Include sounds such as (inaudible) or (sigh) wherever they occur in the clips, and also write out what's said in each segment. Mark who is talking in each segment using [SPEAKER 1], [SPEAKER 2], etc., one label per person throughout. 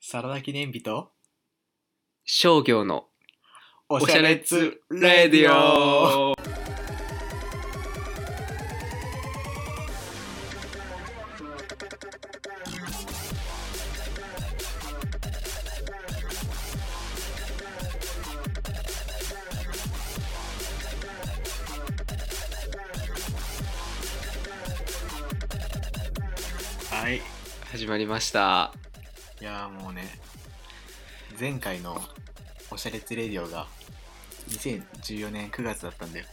[SPEAKER 1] サラダ記念日と
[SPEAKER 2] 商業の
[SPEAKER 1] お
[SPEAKER 2] しゃれっつレディオ
[SPEAKER 1] はいい
[SPEAKER 2] 始まりました
[SPEAKER 1] やーもうね前回のおしゃれっつレディオが2014年9月だったんだよ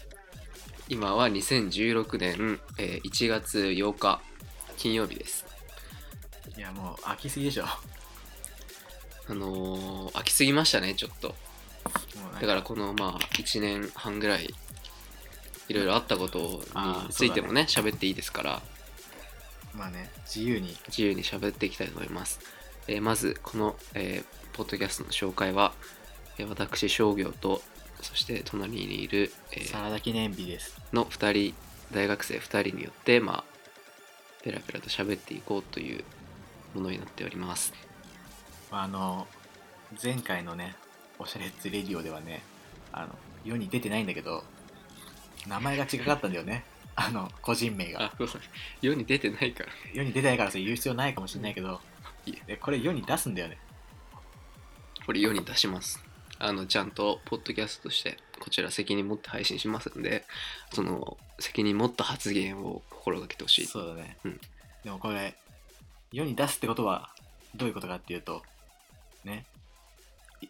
[SPEAKER 2] 今は2016年、えー1月8日金曜日です
[SPEAKER 1] いやもう飽きすぎでしょ (laughs) も
[SPEAKER 2] あのー飽きすぎましたねちょっと
[SPEAKER 1] うなん
[SPEAKER 2] だからこのまあ1年半ぐらいいろいろあったことに
[SPEAKER 1] あー
[SPEAKER 2] ついてもね
[SPEAKER 1] そうだ
[SPEAKER 2] 喋っていいですから
[SPEAKER 1] まあね自由に
[SPEAKER 2] 自由に喋っていきたいと思います、えーまずこの、えーポッドキャストの紹介は、えー私商業とそして隣にいる、えー
[SPEAKER 1] サラダ記念日です
[SPEAKER 2] の2人大学生2人によってまあペラペラと喋っていこうというものになっております
[SPEAKER 1] まああの前回のねおしゃれっつレディオではねあの世に出てないんだけど名前が違かったんだよねあの個人名が
[SPEAKER 2] あごめん世に出てないから
[SPEAKER 1] 世に出てないからさ言う必要ないかもしれないけど
[SPEAKER 2] いえ
[SPEAKER 1] でこれ世に出すんだよね
[SPEAKER 2] これ世に出しますあのちゃんとポッドキャストとしてこちら責任持って配信しますんでその責任持った発言を心がけてほしい
[SPEAKER 1] そうだね、
[SPEAKER 2] うん
[SPEAKER 1] でもこれ世に出すってことはどういうことかっていうとね (laughs) い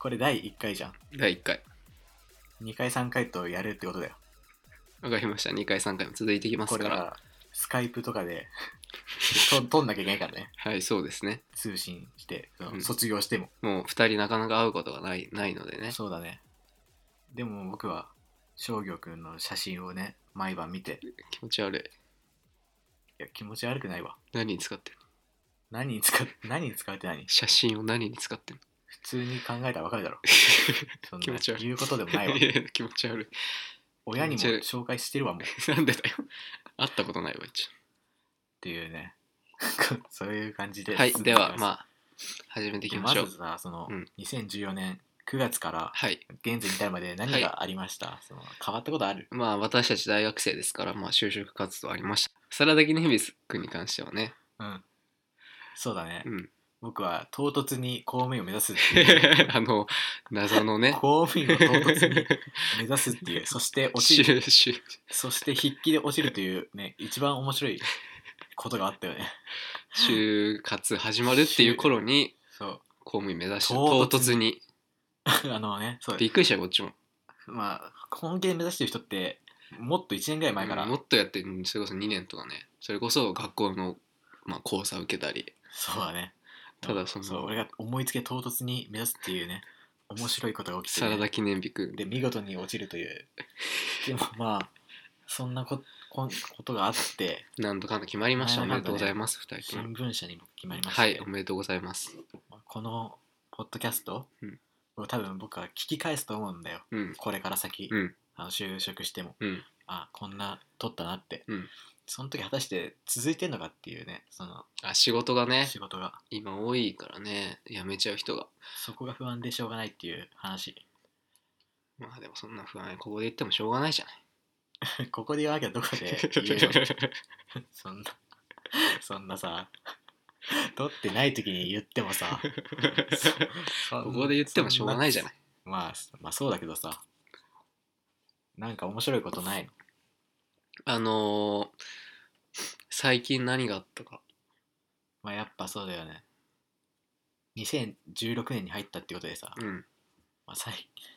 [SPEAKER 1] これ第1回じゃん
[SPEAKER 2] 第1回
[SPEAKER 1] 2回3回とやるってことだよ
[SPEAKER 2] わかりました2回3回も続いていきます
[SPEAKER 1] これ
[SPEAKER 2] か
[SPEAKER 1] かららスカイプとか
[SPEAKER 2] (laughs)
[SPEAKER 1] でと撮んなきゃいけないからね
[SPEAKER 2] はいそうですね
[SPEAKER 1] 通信して、その
[SPEAKER 2] うん
[SPEAKER 1] 卒業しても
[SPEAKER 2] もう2人なかなか会うことがないないのでね
[SPEAKER 1] そうだねでも僕は商業くんの写真をね毎晩見てい
[SPEAKER 2] 気持ち悪い
[SPEAKER 1] や気持ち悪くないわ
[SPEAKER 2] 何に使ってるの
[SPEAKER 1] 何に使っ何に使う (laughs) って何
[SPEAKER 2] 写真を何に使ってるの
[SPEAKER 1] 普通に考えたらわかる
[SPEAKER 2] (laughs)
[SPEAKER 1] だろそん
[SPEAKER 2] 気
[SPEAKER 1] な
[SPEAKER 2] 持ち悪い
[SPEAKER 1] 言うことでもないわ
[SPEAKER 2] やや (laughs) 気持ち悪い
[SPEAKER 1] 親にも
[SPEAKER 2] 気持ち悪い
[SPEAKER 1] 紹介してるわもうっ
[SPEAKER 2] (laughs) なんでだよ。会ったことないわ、一
[SPEAKER 1] ていうね (laughs) そういう感じで
[SPEAKER 2] 応。はい、では、
[SPEAKER 1] あ
[SPEAKER 2] まあ、始めていきま
[SPEAKER 1] ま
[SPEAKER 2] しょう。
[SPEAKER 1] ずさその、
[SPEAKER 2] うん
[SPEAKER 1] 2014年9月から
[SPEAKER 2] はい。
[SPEAKER 1] 現在に至るまで何がありました、その変わったことある
[SPEAKER 2] まあ、私たち大学生ですから、まあ、就職活動ありました。サラダ記念日君に関してはね。 (laughs)
[SPEAKER 1] うんそうだね、
[SPEAKER 2] うん。
[SPEAKER 1] 僕は唐突に公務員を目指すって
[SPEAKER 2] (laughs)
[SPEAKER 1] いう
[SPEAKER 2] あの、謎のね。
[SPEAKER 1] 公務員を唐突
[SPEAKER 2] (laughs)
[SPEAKER 1] に目指すっていうそして落ちる
[SPEAKER 2] 就就
[SPEAKER 1] そして筆記で落ちるというね一番面白いことがあったよね
[SPEAKER 2] 就活始まるっていう頃に、
[SPEAKER 1] そう (laughs)
[SPEAKER 2] 公務員目指して、
[SPEAKER 1] 唐
[SPEAKER 2] 唐
[SPEAKER 1] 突
[SPEAKER 2] 突に。
[SPEAKER 1] あのね、そう
[SPEAKER 2] びっくりしたよ、こっちも。
[SPEAKER 1] まあ、本気で目指してる人って、もっと1年ぐらい前から、
[SPEAKER 2] もっとやって、それこそ2年とかね。それこそ学校の、まあ、講座受けたり。
[SPEAKER 1] そうだね。
[SPEAKER 2] ただその
[SPEAKER 1] う俺が思いつきで唐突に目指すっていうね、面白いことが起きて
[SPEAKER 2] サ
[SPEAKER 1] ね、
[SPEAKER 2] ラダ記念日君
[SPEAKER 1] で、見事に落ちるという。でもまあ、そんなここことがあって、
[SPEAKER 2] 何度かんだ決まりました。お
[SPEAKER 1] な
[SPEAKER 2] め
[SPEAKER 1] ん
[SPEAKER 2] で
[SPEAKER 1] だかん
[SPEAKER 2] と
[SPEAKER 1] だね
[SPEAKER 2] うございます、二人とも
[SPEAKER 1] 新。聞社にも決まりました、
[SPEAKER 2] はい、おめでとうございます。
[SPEAKER 1] このポッドキャスト、
[SPEAKER 2] うん
[SPEAKER 1] を多分僕は聞き返すと思うんだよ。
[SPEAKER 2] うん、
[SPEAKER 1] これから先、
[SPEAKER 2] うん、
[SPEAKER 1] あの就職しても。
[SPEAKER 2] うん、
[SPEAKER 1] あこんな撮ったなって、
[SPEAKER 2] うん
[SPEAKER 1] その時果たして続いてんのかっていうねその
[SPEAKER 2] あ、仕事がね、
[SPEAKER 1] 仕事が
[SPEAKER 2] 今多いからね、辞めちゃう人が。
[SPEAKER 1] そこが不安でしょうがないっていう話
[SPEAKER 2] まあでもそんな不安、ここで言ってもしょうがないじゃない。 (laughs)
[SPEAKER 1] ここで言わなきゃどこで言うよそんなそんなさ撮ってない時に言っても
[SPEAKER 2] (laughs)
[SPEAKER 1] さそ
[SPEAKER 2] ここで言ってもしょうがないじゃない
[SPEAKER 1] い。まあまあそうだけどさなんか面白いことないの
[SPEAKER 2] あのー、最近何があったか。
[SPEAKER 1] まあやっぱそうだよね2016年に入ったってことでさ、
[SPEAKER 2] うん。
[SPEAKER 1] まあ、最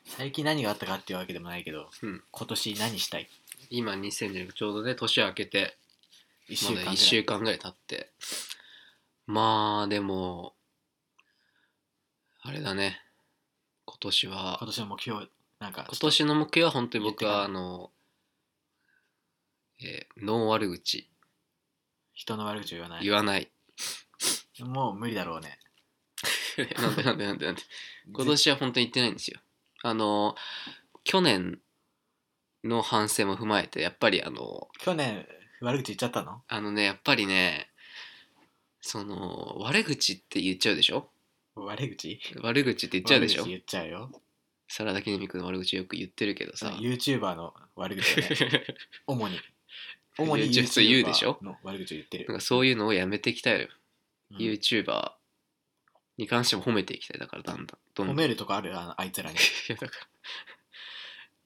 [SPEAKER 1] 最近何があったかっていうわけでもないけど、
[SPEAKER 2] うん
[SPEAKER 1] 今年何したい
[SPEAKER 2] 今2016ちょうどね、年明けて、
[SPEAKER 1] 1
[SPEAKER 2] まだ1週間ぐらい経って。まあでも、あれだね。今年は
[SPEAKER 1] 今、年の目標なんか
[SPEAKER 2] 今年の目標は本当に僕はあ
[SPEAKER 1] 言
[SPEAKER 2] の、えーノー悪口
[SPEAKER 1] 人の悪口を言わない
[SPEAKER 2] 言わない。 (laughs)
[SPEAKER 1] もう無理だろうね
[SPEAKER 2] なんでなんでなんでなんで。今年は本当に言ってないんですよ。あの、去年の反省も踏まえて、やっぱりあの、
[SPEAKER 1] 去年悪口言っちゃったの
[SPEAKER 2] あのね、やっぱりね、その、悪口って言っちゃうでしょ
[SPEAKER 1] 悪口
[SPEAKER 2] 悪口って言っちゃうでしょ
[SPEAKER 1] 悪口言っちゃうよ。
[SPEAKER 2] サラダキネミ君の悪口よく言ってるけどさ
[SPEAKER 1] YouTuber の悪口
[SPEAKER 2] (laughs)
[SPEAKER 1] だね。主に。
[SPEAKER 2] いや
[SPEAKER 1] 主に
[SPEAKER 2] ちょっと言うでしょ
[SPEAKER 1] YouTuber の悪口を言って
[SPEAKER 2] なん
[SPEAKER 1] る。
[SPEAKER 2] かそういうのをやめていきたいよ、
[SPEAKER 1] うん
[SPEAKER 2] YouTuber に関しても褒めていきたいだからだんだんどんど
[SPEAKER 1] 褒
[SPEAKER 2] ん
[SPEAKER 1] めるとかあるあのあいつらに。
[SPEAKER 2] (laughs) いやだか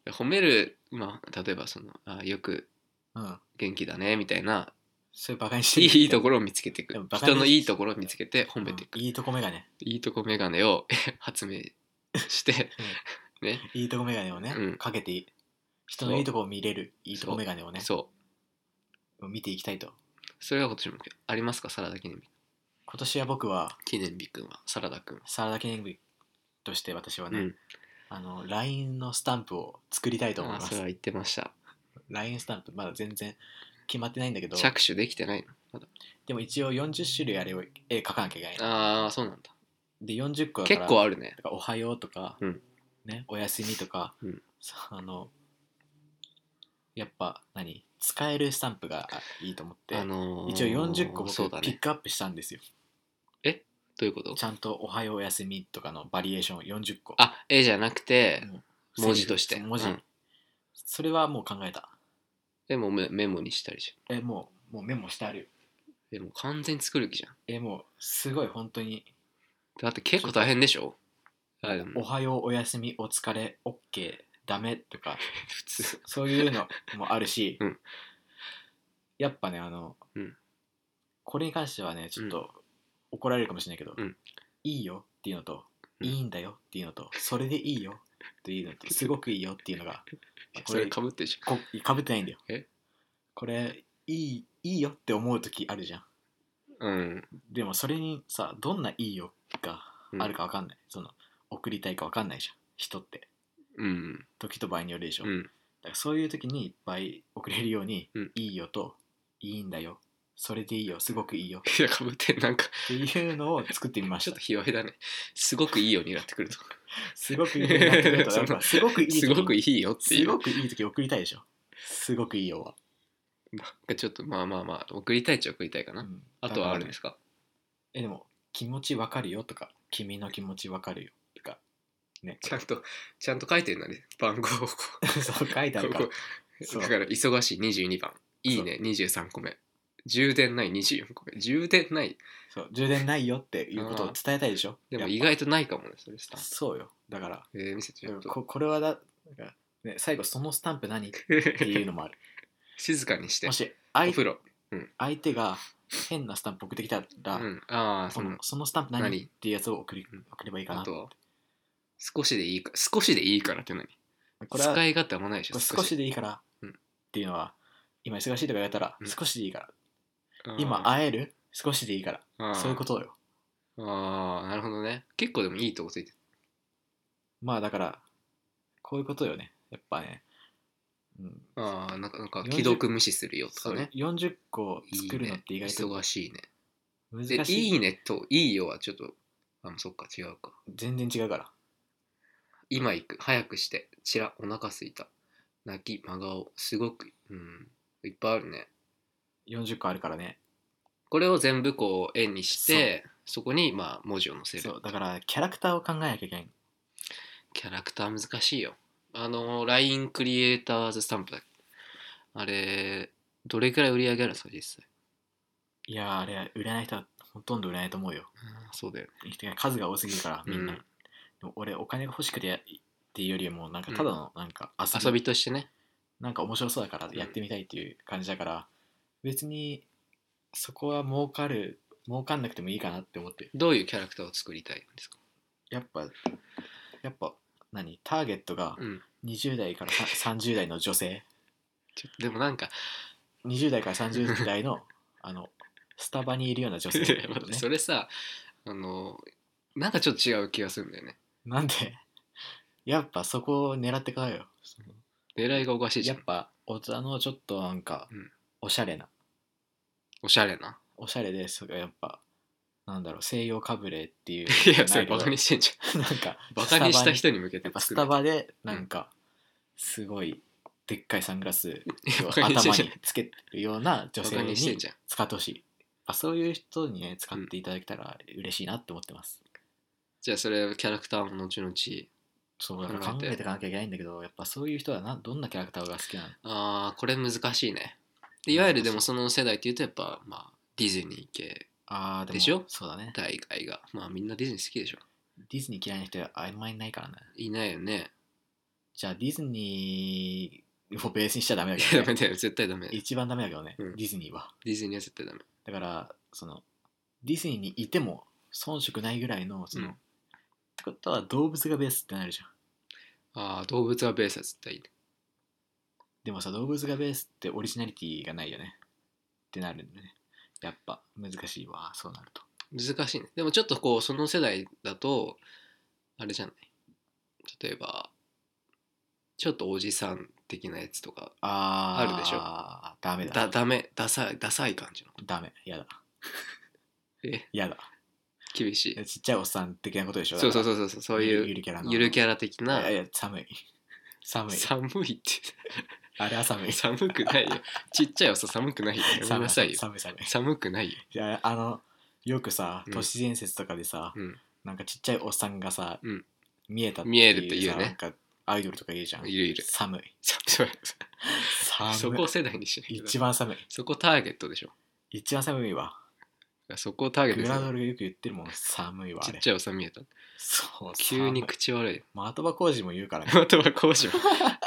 [SPEAKER 2] ら (laughs) 褒めるまあ例えばそのあよく
[SPEAKER 1] (laughs) うん。
[SPEAKER 2] 元気だねみたいな
[SPEAKER 1] そういうバカにして
[SPEAKER 2] い
[SPEAKER 1] る
[SPEAKER 2] いいいところを見つけていく
[SPEAKER 1] でもバカに
[SPEAKER 2] 人のいいところを見つけて褒めていく、
[SPEAKER 1] うんいいとこメガネ。
[SPEAKER 2] いいとこメガネを (laughs) 発明してね
[SPEAKER 1] いいとこメガネをね、
[SPEAKER 2] うん
[SPEAKER 1] かけてい、人のいいとこを見れるいいとこメガネをね、
[SPEAKER 2] そう
[SPEAKER 1] 見ていきたいと。
[SPEAKER 2] それが今年もありますかサラダ記念日
[SPEAKER 1] 今年は僕は、
[SPEAKER 2] 記念日君はサラダ君は
[SPEAKER 1] サラダ記念日として私は
[SPEAKER 2] う
[SPEAKER 1] ね、
[SPEAKER 2] ん
[SPEAKER 1] あの、LINE のスタンプを作りたいと思い
[SPEAKER 2] あ
[SPEAKER 1] ま
[SPEAKER 2] それ
[SPEAKER 1] す
[SPEAKER 2] は。言ってました
[SPEAKER 1] LINE スタンプ、まだ全然決まってないんだけど、
[SPEAKER 2] 着手できてないの
[SPEAKER 1] でも一応40種類あれを絵描かなきゃいけない。
[SPEAKER 2] ああそうなんだ
[SPEAKER 1] で、40個だから
[SPEAKER 2] 結構あるね
[SPEAKER 1] だからおはようとか、
[SPEAKER 2] うん
[SPEAKER 1] ね、おやすみとか、
[SPEAKER 2] うん
[SPEAKER 1] さあのやっぱ何使えるスタンプがいいと思って、
[SPEAKER 2] あのー
[SPEAKER 1] 一応40個
[SPEAKER 2] そう
[SPEAKER 1] 僕
[SPEAKER 2] だ
[SPEAKER 1] ピッ
[SPEAKER 2] ね
[SPEAKER 1] クアップしたんですよ、
[SPEAKER 2] どういうこと
[SPEAKER 1] ちゃんと「おはようおやすみ」とかのバリエーション40個
[SPEAKER 2] あ絵じゃなくて
[SPEAKER 1] うん
[SPEAKER 2] 文字として
[SPEAKER 1] 文字、
[SPEAKER 2] うん
[SPEAKER 1] それはもう考えた
[SPEAKER 2] でもメメモにしたりし
[SPEAKER 1] えもうもうメモしてあるよ
[SPEAKER 2] でもう完全に作る気じゃん
[SPEAKER 1] えもうすごい本当に
[SPEAKER 2] だって結構大変でしょあ
[SPEAKER 1] 「
[SPEAKER 2] で
[SPEAKER 1] お
[SPEAKER 2] も
[SPEAKER 1] はようおやすみお疲れ OK ダメ」とか
[SPEAKER 2] 普通
[SPEAKER 1] そういうのもあるし、
[SPEAKER 2] うん
[SPEAKER 1] やっぱねあの、
[SPEAKER 2] うん
[SPEAKER 1] これに関してはねちょっと怒られるかもしれないけど、
[SPEAKER 2] うん
[SPEAKER 1] いいよっていうのと、
[SPEAKER 2] うん
[SPEAKER 1] いいんだよっていうのとそれでいいよっていうのと
[SPEAKER 2] (laughs)
[SPEAKER 1] すごくいいよっていうのがこ
[SPEAKER 2] それ
[SPEAKER 1] れ
[SPEAKER 2] かぶってるじ
[SPEAKER 1] こかぶってないんだよ
[SPEAKER 2] え
[SPEAKER 1] これいいいいよって思う時あるじゃん
[SPEAKER 2] ゃんうん
[SPEAKER 1] でもそれにさどんないいよがあるかわかんない、その送りたいかわかんないじゃん人って
[SPEAKER 2] うん
[SPEAKER 1] 時と場合によるでしょ、
[SPEAKER 2] うん (laughs)
[SPEAKER 1] だからそういう時にいっぱい送れるように、
[SPEAKER 2] うん
[SPEAKER 1] いいよといいんだよそれでいいよすごくいいよ
[SPEAKER 2] いやかぶってるなんか
[SPEAKER 1] っていうのを作ってみま
[SPEAKER 2] ち
[SPEAKER 1] し
[SPEAKER 2] ょったと卑猥だねすごくいいようになってくると
[SPEAKER 1] すごくいいよになってく
[SPEAKER 2] (laughs)
[SPEAKER 1] るとやっぱすごくいい時
[SPEAKER 2] すごくいいよってい
[SPEAKER 1] す
[SPEAKER 2] う
[SPEAKER 1] ごくいい時送りたいでしょすごくいいよは、
[SPEAKER 2] なんかちょっとまあまあまあ送りたいっちゃ送りたいかな、
[SPEAKER 1] うん
[SPEAKER 2] あとはある
[SPEAKER 1] だから
[SPEAKER 2] んで
[SPEAKER 1] ね
[SPEAKER 2] すか
[SPEAKER 1] えでも気持ちわかるよとか君の気持ちわかるよとかね
[SPEAKER 2] ちゃんとちゃんと書いてるんだね番号をこう
[SPEAKER 1] (laughs) そう書いてあるから
[SPEAKER 2] (laughs) ここ
[SPEAKER 1] そう
[SPEAKER 2] だから忙しい22番いいね23個目充電ない24個目充電ない
[SPEAKER 1] そう充電ないよっていうことを伝えたいでしょ
[SPEAKER 2] でも
[SPEAKER 1] やっ
[SPEAKER 2] 意外とないかもねそれスタ
[SPEAKER 1] ぱ
[SPEAKER 2] ンプ
[SPEAKER 1] そうよだから
[SPEAKER 2] えー、見せてちょっと
[SPEAKER 1] ここれはだなんか、ね、最後そのスタンプ何っていうのもある
[SPEAKER 2] (laughs) 静かにして
[SPEAKER 1] もし
[SPEAKER 2] お
[SPEAKER 1] 相手
[SPEAKER 2] 風呂
[SPEAKER 1] 相手が変なスタンプ送ってきたら、
[SPEAKER 2] うんああそ
[SPEAKER 1] その
[SPEAKER 2] の
[SPEAKER 1] そのスタンプ何
[SPEAKER 2] 何
[SPEAKER 1] っていうやつを送り
[SPEAKER 2] うん
[SPEAKER 1] 送ればいいか
[SPEAKER 2] あ
[SPEAKER 1] な。
[SPEAKER 2] とは少しでいいか少しでいいからって何
[SPEAKER 1] これはこ
[SPEAKER 2] 使い勝手あんまないでしょ
[SPEAKER 1] れ少しでいいから
[SPEAKER 2] うん
[SPEAKER 1] っていうのは、今忙しいとか言われたら、
[SPEAKER 2] うん
[SPEAKER 1] 少しでいいから。
[SPEAKER 2] あー
[SPEAKER 1] 今会える少しでいいから。
[SPEAKER 2] あー
[SPEAKER 1] そういうことよ。
[SPEAKER 2] ああなるほどね結構でもいいとこついてる
[SPEAKER 1] まあだから、こういうことよね。やっぱね。うん、
[SPEAKER 2] ああなんかなんか
[SPEAKER 1] 40
[SPEAKER 2] 既読無視するよと
[SPEAKER 1] そう
[SPEAKER 2] かね
[SPEAKER 1] 40個
[SPEAKER 2] いいね
[SPEAKER 1] 作るのって意外と
[SPEAKER 2] 忙しいね
[SPEAKER 1] 難
[SPEAKER 2] で
[SPEAKER 1] しい。
[SPEAKER 2] いいねといいよはちょっとあそっか違うか
[SPEAKER 1] 全然違うから。
[SPEAKER 2] 今行く早くしてちらお腹すいた泣き真顔すごくうんいっぱいあるね
[SPEAKER 1] 40個あるからね。
[SPEAKER 2] これを全部こう絵にしてそこにまあ文字を載せ
[SPEAKER 1] そ
[SPEAKER 2] る
[SPEAKER 1] う。だから、キャラクターを考えなきゃいけない。
[SPEAKER 2] キャラクター難しいよあの LINE クリエイターズスタンプだっけあれどれくらい売り上げあるんですか実際
[SPEAKER 1] いやー、あれ、売れない人はほとんど売れないと思うよ。
[SPEAKER 2] そうだよね
[SPEAKER 1] てか数が多すぎるからみんな、
[SPEAKER 2] うん
[SPEAKER 1] でも俺お金が欲しくてやっていうよりもなんかただのなんか遊び,、
[SPEAKER 2] 遊びとしてね
[SPEAKER 1] なんか面白そうだからやってみたいっていう感じだから、別にそこは儲かる儲かんなくてもいいかなって思ってる
[SPEAKER 2] どういうキャラクターを作りたいんですか
[SPEAKER 1] やっぱやっぱ何ターゲットが
[SPEAKER 2] うん
[SPEAKER 1] 20代からさ30代の女性
[SPEAKER 2] ちょっとでもなんか
[SPEAKER 1] 20代から30代 (laughs) のあのスタバにいるような女性、ね
[SPEAKER 2] (laughs) それさあのなんかちょっと違う気がするんだよね
[SPEAKER 1] なんでやっぱそこを狙ってかよその
[SPEAKER 2] 狙いがおかしいじゃ
[SPEAKER 1] やっ
[SPEAKER 2] ん
[SPEAKER 1] ぱ大人のちょっとなんか
[SPEAKER 2] うん
[SPEAKER 1] おしゃれな
[SPEAKER 2] おしゃれな
[SPEAKER 1] おしゃれですがやっぱなんだろう西洋かぶれっていう
[SPEAKER 2] (laughs) いやそれバカに
[SPEAKER 1] し
[SPEAKER 2] してんじ
[SPEAKER 1] (laughs) なんか
[SPEAKER 2] ゃんバカに
[SPEAKER 1] ス
[SPEAKER 2] した
[SPEAKER 1] タバに
[SPEAKER 2] 人に向け
[SPEAKER 1] や
[SPEAKER 2] て
[SPEAKER 1] っぱス
[SPEAKER 2] 作
[SPEAKER 1] タ
[SPEAKER 2] る
[SPEAKER 1] バでなんかすごいでっかいサングラス
[SPEAKER 2] や
[SPEAKER 1] を
[SPEAKER 2] バカにしてん
[SPEAKER 1] 頭
[SPEAKER 2] じゃん
[SPEAKER 1] につけるような女
[SPEAKER 2] バ
[SPEAKER 1] 性
[SPEAKER 2] カ
[SPEAKER 1] に
[SPEAKER 2] にしてんじゃん
[SPEAKER 1] 使ってほしいあそういう人にね使っていただけたら嬉しいなって思ってます、
[SPEAKER 2] じゃあそれキャラクターも後々
[SPEAKER 1] そうだから考
[SPEAKER 2] 考えて
[SPEAKER 1] えていかなきゃいけないんだけどやっぱそういう人はなどんなキャラクターが好きなの
[SPEAKER 2] ああこれ難しいねでいわゆるで
[SPEAKER 1] 難
[SPEAKER 2] も
[SPEAKER 1] しい
[SPEAKER 2] その世代っていうとやっぱまあディズニー系
[SPEAKER 1] あーでも
[SPEAKER 2] でしょ
[SPEAKER 1] そうだね
[SPEAKER 2] 大会がまあみんなディズニー好きでしょ
[SPEAKER 1] ディズニー嫌いな人はあんまりいないからね
[SPEAKER 2] いないよね
[SPEAKER 1] じゃあディズニーをベースにしちゃダメだ
[SPEAKER 2] い
[SPEAKER 1] け
[SPEAKER 2] や
[SPEAKER 1] ど、
[SPEAKER 2] ダメ
[SPEAKER 1] ね、
[SPEAKER 2] だよ絶対ダメデ
[SPEAKER 1] 一番ダメだけどね、
[SPEAKER 2] うん
[SPEAKER 1] ディズニーは
[SPEAKER 2] ィズニーは絶対ダメ
[SPEAKER 1] だからそのディズニーにいても遜色ないぐらいのその、
[SPEAKER 2] うん
[SPEAKER 1] ってことは動物がベースってなるじゃん
[SPEAKER 2] ああ動物はベースは絶対いい
[SPEAKER 1] でもさ動物がベースってオリジナリティがないよねってなるんだねやっぱ難しいわそうなると
[SPEAKER 2] 難しいねでもちょっとこうその世代だとあれじゃない例えばちょっとおじさん的なやつとか
[SPEAKER 1] あ
[SPEAKER 2] あるでしょ
[SPEAKER 1] ょダメだ
[SPEAKER 2] だダメダサいダサい感じの
[SPEAKER 1] ダメやだ
[SPEAKER 2] え
[SPEAKER 1] やだ
[SPEAKER 2] 厳しい
[SPEAKER 1] ちっちゃいおっさん的なことでしょ
[SPEAKER 2] そうそう
[SPEAKER 1] う
[SPEAKER 2] そうそうそういう
[SPEAKER 1] ゆるキャラの
[SPEAKER 2] ゆるキャラ的ない
[SPEAKER 1] やいや寒い寒い
[SPEAKER 2] 寒いっ
[SPEAKER 1] あれは寒
[SPEAKER 2] て
[SPEAKER 1] い
[SPEAKER 2] (laughs) 寒くないよちっちゃいおさ寒く
[SPEAKER 1] (laughs)
[SPEAKER 2] ないよやめなさいよ
[SPEAKER 1] 寒い寒い寒い
[SPEAKER 2] 寒くないよ
[SPEAKER 1] いやあのよくさ
[SPEAKER 2] うん
[SPEAKER 1] 都市伝説とかでさ、
[SPEAKER 2] うん
[SPEAKER 1] なんかちっちゃいおっさんがさ、
[SPEAKER 2] うん
[SPEAKER 1] 見えた
[SPEAKER 2] 見えるって言うね
[SPEAKER 1] さなんかアイドルとか言うじゃん
[SPEAKER 2] いるいる
[SPEAKER 1] 寒い
[SPEAKER 2] さそ
[SPEAKER 1] 寒い
[SPEAKER 2] (laughs) そこを世代にしないけ
[SPEAKER 1] 一
[SPEAKER 2] ど
[SPEAKER 1] 番寒い
[SPEAKER 2] そこターゲットでしょ
[SPEAKER 1] 一番寒いわ
[SPEAKER 2] そこをターゲッ
[SPEAKER 1] グ
[SPEAKER 2] トにす
[SPEAKER 1] ラドル
[SPEAKER 2] る
[SPEAKER 1] がよく言ってるもん寒いわ
[SPEAKER 2] ち
[SPEAKER 1] あ
[SPEAKER 2] っ
[SPEAKER 1] れ
[SPEAKER 2] ちゃいおさ見えた
[SPEAKER 1] そう
[SPEAKER 2] 急に
[SPEAKER 1] 寒い
[SPEAKER 2] 口悪い
[SPEAKER 1] 的場浩二も言う
[SPEAKER 2] (laughs)
[SPEAKER 1] からね
[SPEAKER 2] 的場浩司も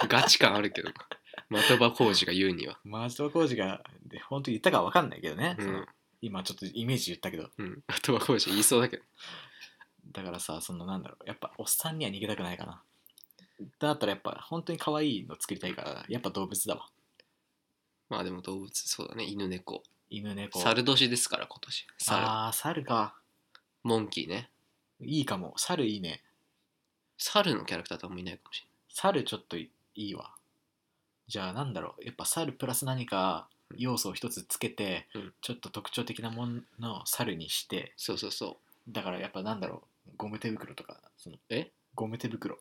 [SPEAKER 2] ガチ感あるけど的場浩司が言うには、
[SPEAKER 1] 的場浩二がで本当に言ったかわかんないけどね、
[SPEAKER 2] う
[SPEAKER 1] (laughs) その
[SPEAKER 2] ん
[SPEAKER 1] 今ちょっとイメージ言ったけど
[SPEAKER 2] うん、的場浩司言いそうだけど
[SPEAKER 1] だからさそのなんだろうやっぱおっさんには逃げたくないかなだったらやっぱ本当に可愛いの作りたいからやっぱ動物だわ
[SPEAKER 2] まあでも動物そうだね犬猫
[SPEAKER 1] 犬猫
[SPEAKER 2] 猿年ですから今年猿
[SPEAKER 1] ああー猿か
[SPEAKER 2] モンキーね
[SPEAKER 1] いいかも猿いいね
[SPEAKER 2] 猿のキャラクターとかもいないかもし
[SPEAKER 1] 猿ちょっといいわじゃあなんだろうやっぱ猿プラス何か要素を一つつけて、
[SPEAKER 2] うん
[SPEAKER 1] ちょっと特徴的なものを猿にして
[SPEAKER 2] れないそうそうそう
[SPEAKER 1] だからやっぱなんだろうゴム手袋とかその
[SPEAKER 2] え
[SPEAKER 1] ゴム手袋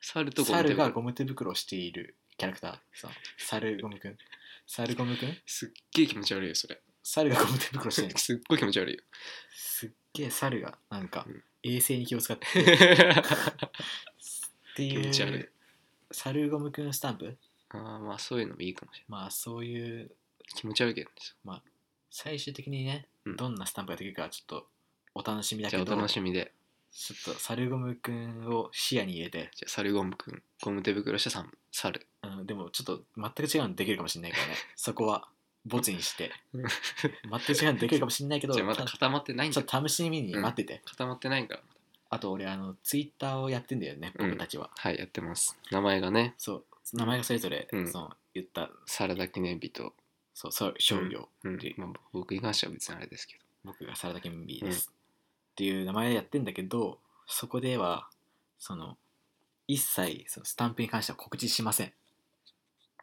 [SPEAKER 2] 猿とゴム手
[SPEAKER 1] 猿が
[SPEAKER 2] 袋
[SPEAKER 1] ゴム手袋をしているキャラクターその猿ゴムくん猿ゴムくん
[SPEAKER 2] すっげえ気持ち悪いよそれ
[SPEAKER 1] 猿がゴム手袋してる
[SPEAKER 2] (laughs) すっごい気持ち悪いよ
[SPEAKER 1] すっげえ猿がなんか
[SPEAKER 2] うん
[SPEAKER 1] 衛生に気を使ってって
[SPEAKER 2] 気持ち
[SPEAKER 1] い
[SPEAKER 2] 悪いう
[SPEAKER 1] 猿ゴムくんスタンプ
[SPEAKER 2] あーまあそういうのもいいかもしれ
[SPEAKER 1] まあそういう
[SPEAKER 2] ない気持ち悪いけどね
[SPEAKER 1] 最終的にね、
[SPEAKER 2] うん
[SPEAKER 1] どんなスタンプができるかちょっとお楽しみだ
[SPEAKER 2] じ
[SPEAKER 1] け
[SPEAKER 2] ゃあ
[SPEAKER 1] ど
[SPEAKER 2] お楽しみで
[SPEAKER 1] ちょっとサルゴムくんを視野に入れて、
[SPEAKER 2] じゃあ猿ゴムくんゴム手袋した猿猿
[SPEAKER 1] うん、でもちょっと全く違うのできるかもしれないから
[SPEAKER 2] (laughs)
[SPEAKER 1] ねそこはボツにして
[SPEAKER 2] うん
[SPEAKER 1] 全く違うのできるかもしれないけど
[SPEAKER 2] じゃあまだ
[SPEAKER 1] た
[SPEAKER 2] 固まってないん
[SPEAKER 1] ちょ
[SPEAKER 2] だ
[SPEAKER 1] っと楽しみに待ってて、
[SPEAKER 2] 固まってないから
[SPEAKER 1] あと俺あのツイッターをやってんだよね
[SPEAKER 2] うん
[SPEAKER 1] 僕たちは、
[SPEAKER 2] はいやってます名前がね
[SPEAKER 1] そう名前がそれぞれ、
[SPEAKER 2] うん
[SPEAKER 1] その言った
[SPEAKER 2] サラダ記念日と、
[SPEAKER 1] そうそう商業、
[SPEAKER 2] うん
[SPEAKER 1] で
[SPEAKER 2] まあ、僕に関しては別にあれですけ
[SPEAKER 1] 僕がサラダケンビーです、っていう名前でやってんだけどそこではその一切そのスタンプに関しては告知しません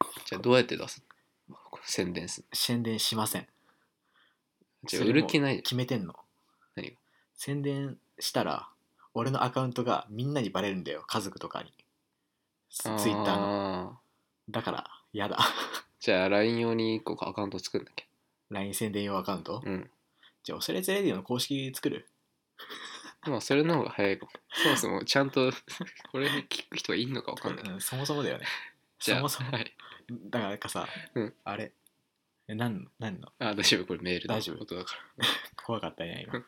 [SPEAKER 2] どじゃあどうやって出すの宣伝する
[SPEAKER 1] 宣伝しません
[SPEAKER 2] じゃあ
[SPEAKER 1] そ
[SPEAKER 2] 売
[SPEAKER 1] れも
[SPEAKER 2] る気ないじ
[SPEAKER 1] 決めてんの
[SPEAKER 2] 何が
[SPEAKER 1] 宣伝したら俺のアカウントがみんなにバレるんだよ家族とかにツ
[SPEAKER 2] ゃん
[SPEAKER 1] ツイッターの
[SPEAKER 2] の
[SPEAKER 1] だからやだ (laughs)
[SPEAKER 2] じゃあ LINE 用に1個アカウント作るんだっけ
[SPEAKER 1] LINE 宣伝用アカウント、
[SPEAKER 2] うん
[SPEAKER 1] じゃあおしゃれつレディオの公式作る
[SPEAKER 2] まあそれの方が早いかもそもそもちゃんと (laughs) これに聞く人がいんのかわかんない
[SPEAKER 1] うんそもそもだよね
[SPEAKER 2] (laughs) じゃあ
[SPEAKER 1] そもそも
[SPEAKER 2] はい、
[SPEAKER 1] だからなんかさ、
[SPEAKER 2] うん
[SPEAKER 1] あれえ何の何の
[SPEAKER 2] あ大丈夫これメールの
[SPEAKER 1] 大丈夫
[SPEAKER 2] ことだから
[SPEAKER 1] 怖かったね
[SPEAKER 2] う
[SPEAKER 1] 今い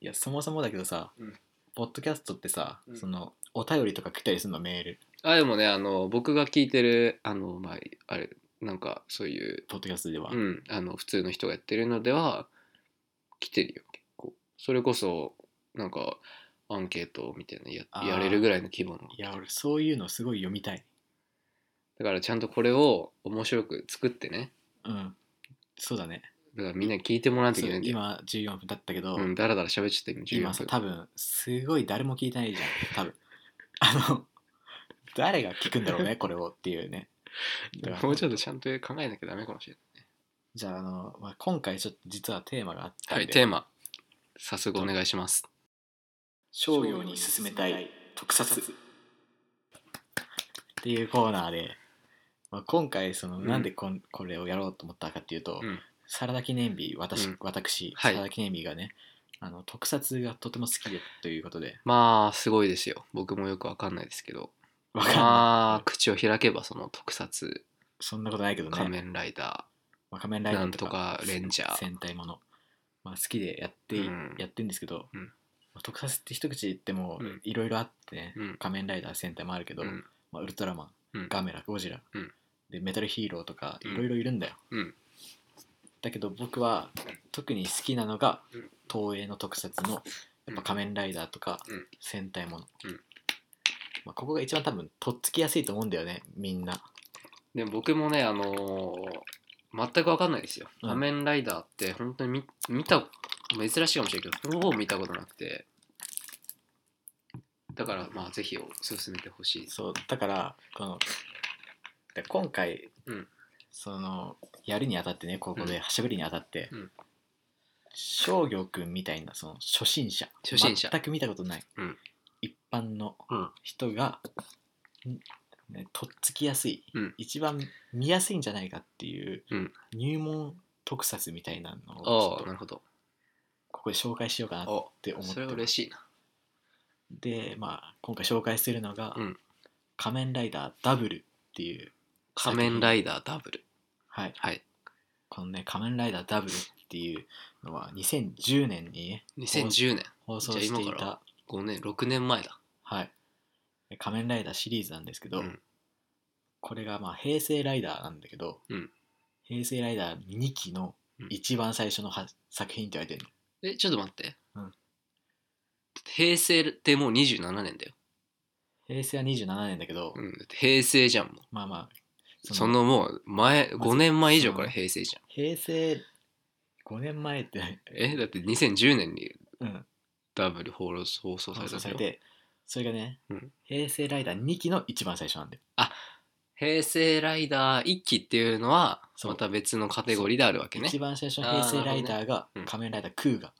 [SPEAKER 1] やそもそもだけどさ、
[SPEAKER 2] うん
[SPEAKER 1] ポッドキャストってさ、
[SPEAKER 2] うん
[SPEAKER 1] そのお便りとか来たりするのメール
[SPEAKER 2] あでもねあの僕が聞いてるあのまああれなんかそういう
[SPEAKER 1] ポッドキャストでは、
[SPEAKER 2] うん、あの普通の人がやってるのでは来てるよ結構それこそなんかアンケートみたいなのや
[SPEAKER 1] あー
[SPEAKER 2] やれるぐらいの規模の
[SPEAKER 1] いや俺そういうのすごい読みたい
[SPEAKER 2] だからちゃんとこれを面白く作ってね
[SPEAKER 1] うんそうだね
[SPEAKER 2] だからみんなに聞いてもらわなきゃい
[SPEAKER 1] そう
[SPEAKER 2] けないんだよ
[SPEAKER 1] 今14分経ったけど、
[SPEAKER 2] うんだらだら喋っちゃった今
[SPEAKER 1] 今さ
[SPEAKER 2] 14分
[SPEAKER 1] 多分すごい誰も聞いてないじゃん多分 (laughs) あの誰が聞くんだろうねこれをっていうねだから
[SPEAKER 2] もうちょっとちゃんと考えなきゃダメかもしれ
[SPEAKER 1] じゃああの、まあ、今回ちょっと実はテーマがあった
[SPEAKER 2] ない
[SPEAKER 1] ん
[SPEAKER 2] はい
[SPEAKER 1] で、
[SPEAKER 2] テーマ早速お願いします
[SPEAKER 1] 商業に進めたい特撮っていうコーナーで、まあ、今回その
[SPEAKER 2] うん
[SPEAKER 1] なんでこ,、ん、これをやろうと思ったかっていうと、
[SPEAKER 2] うん
[SPEAKER 1] サラダ記念日私,、
[SPEAKER 2] うん
[SPEAKER 1] 私
[SPEAKER 2] はい
[SPEAKER 1] サラダ記念日がねあの特撮がとても好きでということで
[SPEAKER 2] まあすごいですよ僕もよくわかんないですけど
[SPEAKER 1] わかんない
[SPEAKER 2] まあ口を開けばその特撮
[SPEAKER 1] そんなことないけど
[SPEAKER 2] 仮
[SPEAKER 1] ね
[SPEAKER 2] 面ライダ
[SPEAKER 1] まあ仮面ラ
[SPEAKER 2] ー
[SPEAKER 1] イダ
[SPEAKER 2] な
[SPEAKER 1] ー
[SPEAKER 2] んとかレンジャー
[SPEAKER 1] 戦隊もの、まあ、好きでやってい、
[SPEAKER 2] うん
[SPEAKER 1] やってんですけど、
[SPEAKER 2] うん
[SPEAKER 1] まあ特撮って一口で言っても
[SPEAKER 2] うん
[SPEAKER 1] いろいろあってね、
[SPEAKER 2] うん
[SPEAKER 1] 仮面ライダー戦隊もあるけど、
[SPEAKER 2] うん
[SPEAKER 1] まあ、ウルトラマン、
[SPEAKER 2] うん
[SPEAKER 1] ガメラゴジラ、
[SPEAKER 2] うん
[SPEAKER 1] でメタルヒーローとか
[SPEAKER 2] うん
[SPEAKER 1] いろいろいるんだよ、
[SPEAKER 2] うん
[SPEAKER 1] だけど僕は特に好きなのが
[SPEAKER 2] うん
[SPEAKER 1] 東映の特撮のやっぱ仮面ライダーとか
[SPEAKER 2] うん
[SPEAKER 1] 戦隊もの、
[SPEAKER 2] うん
[SPEAKER 1] まあ、ここが一番多分とっつきやすいと思うんだよねみんな
[SPEAKER 2] でも僕もねあのー全くわかんないですよ
[SPEAKER 1] うん
[SPEAKER 2] 仮面ライダーって本当に見見た珍しいかもしれないけどほぼ見たことなくてだからまあぜひお勧めてほしいです
[SPEAKER 1] そうだからこので今回、
[SPEAKER 2] うん
[SPEAKER 1] そのやるにあたってねここ
[SPEAKER 2] う
[SPEAKER 1] で
[SPEAKER 2] ん
[SPEAKER 1] はしゃぐりにあたって、
[SPEAKER 2] うん
[SPEAKER 1] 商業くんみたいなその初心者
[SPEAKER 2] 初心者
[SPEAKER 1] 全く見たことない、
[SPEAKER 2] うん
[SPEAKER 1] 一般の
[SPEAKER 2] うん
[SPEAKER 1] 人が、んねとっつきやすい、
[SPEAKER 2] うん
[SPEAKER 1] 一番見やすいんじゃないかっていう、
[SPEAKER 2] うん
[SPEAKER 1] 入門特撮みたいなのを
[SPEAKER 2] あ
[SPEAKER 1] ちょ
[SPEAKER 2] あ
[SPEAKER 1] っ
[SPEAKER 2] な
[SPEAKER 1] と
[SPEAKER 2] るほど
[SPEAKER 1] ここで紹介しようかなっ
[SPEAKER 2] あ
[SPEAKER 1] て思っ
[SPEAKER 2] そ
[SPEAKER 1] て
[SPEAKER 2] れは
[SPEAKER 1] ます
[SPEAKER 2] 嬉しいな
[SPEAKER 1] で、まあ、今回紹介するのが「
[SPEAKER 2] うん
[SPEAKER 1] 仮面ライダーダブル」っていう
[SPEAKER 2] 仮面ライダーダブル
[SPEAKER 1] はい、
[SPEAKER 2] はい
[SPEAKER 1] このね「仮面ライダーダブル」っていうのは2010年にね
[SPEAKER 2] 2010年
[SPEAKER 1] 放送して
[SPEAKER 2] じゃ
[SPEAKER 1] い
[SPEAKER 2] あ今から
[SPEAKER 1] た、
[SPEAKER 2] 5年6年前だ
[SPEAKER 1] はい、仮面ライダーシリーズなんですけど、
[SPEAKER 2] うん
[SPEAKER 1] これがまあ平成ライダーなんだけど、
[SPEAKER 2] うん
[SPEAKER 1] 平成ライダー2期の一番最初のは作品って言われてるの
[SPEAKER 2] えちょっと待って、
[SPEAKER 1] うん
[SPEAKER 2] だって平成ってもう27年だよ、
[SPEAKER 1] 平成は27年だけど、
[SPEAKER 2] うん、だって平成じゃんもう
[SPEAKER 1] まあまあ
[SPEAKER 2] そのもう前
[SPEAKER 1] まず
[SPEAKER 2] 5年前以
[SPEAKER 1] そ
[SPEAKER 2] 上
[SPEAKER 1] の
[SPEAKER 2] から平成じゃん
[SPEAKER 1] 平成5年前って、
[SPEAKER 2] えだって2010年に
[SPEAKER 1] うん、
[SPEAKER 2] ダブル放送放送さ
[SPEAKER 1] 放
[SPEAKER 2] れ
[SPEAKER 1] 送
[SPEAKER 2] たん
[SPEAKER 1] さ
[SPEAKER 2] だ
[SPEAKER 1] れ
[SPEAKER 2] よ
[SPEAKER 1] てそれがね、
[SPEAKER 2] うん
[SPEAKER 1] 平成ライダー2期の一番最初なんだよ
[SPEAKER 2] 平成ライダー1期っていうのは
[SPEAKER 1] そう
[SPEAKER 2] また別のカテゴリーであるわけね
[SPEAKER 1] 一番最初の平成ライダーが
[SPEAKER 2] あーなるほどねうん
[SPEAKER 1] 仮面ライダークーガ、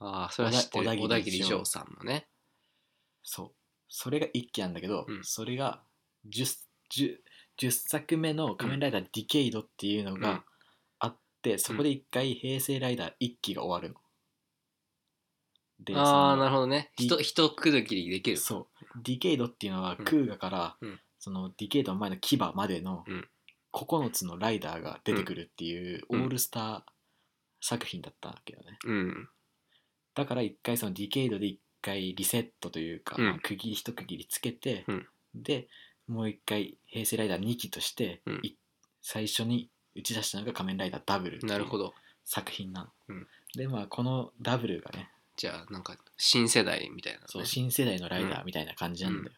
[SPEAKER 2] ああそれは知ってる
[SPEAKER 1] 小田
[SPEAKER 2] 小
[SPEAKER 1] 小田
[SPEAKER 2] 田
[SPEAKER 1] 切
[SPEAKER 2] 切
[SPEAKER 1] 丈
[SPEAKER 2] 丈さんのね
[SPEAKER 1] そうそれが1期なんだけど、
[SPEAKER 2] うん
[SPEAKER 1] それが 10, 10, 10作目の仮面ライダーディケイドっていうの
[SPEAKER 2] うん
[SPEAKER 1] があって、そこで1回平成ライダー1期が終わるの。で
[SPEAKER 2] ああ
[SPEAKER 1] その
[SPEAKER 2] なるほどねひと
[SPEAKER 1] い
[SPEAKER 2] ひとくどきりできる
[SPEAKER 1] そうディケイドっていうのは
[SPEAKER 2] うん
[SPEAKER 1] クーガから、
[SPEAKER 2] うん
[SPEAKER 1] そのディケイドの前の牙までの
[SPEAKER 2] うん
[SPEAKER 1] 9つのライダーが出てくるっていうオ
[SPEAKER 2] うん
[SPEAKER 1] ールスター作品だったわけどね
[SPEAKER 2] うん
[SPEAKER 1] だから一回そのディケイドで一回リセットというか、
[SPEAKER 2] うん
[SPEAKER 1] まあ区切り一区切りつけて、
[SPEAKER 2] うん
[SPEAKER 1] でもう一回平成ライダー2期として、
[SPEAKER 2] うん
[SPEAKER 1] い最初に打ち出したのが仮面ライダーダブルってい
[SPEAKER 2] なるほ
[SPEAKER 1] う
[SPEAKER 2] ど
[SPEAKER 1] 作品なの、
[SPEAKER 2] うん
[SPEAKER 1] でまあこのダブルがね
[SPEAKER 2] じゃあなんか新世代みたいなね
[SPEAKER 1] そう新世代のライダーみたいな感じなんだよ、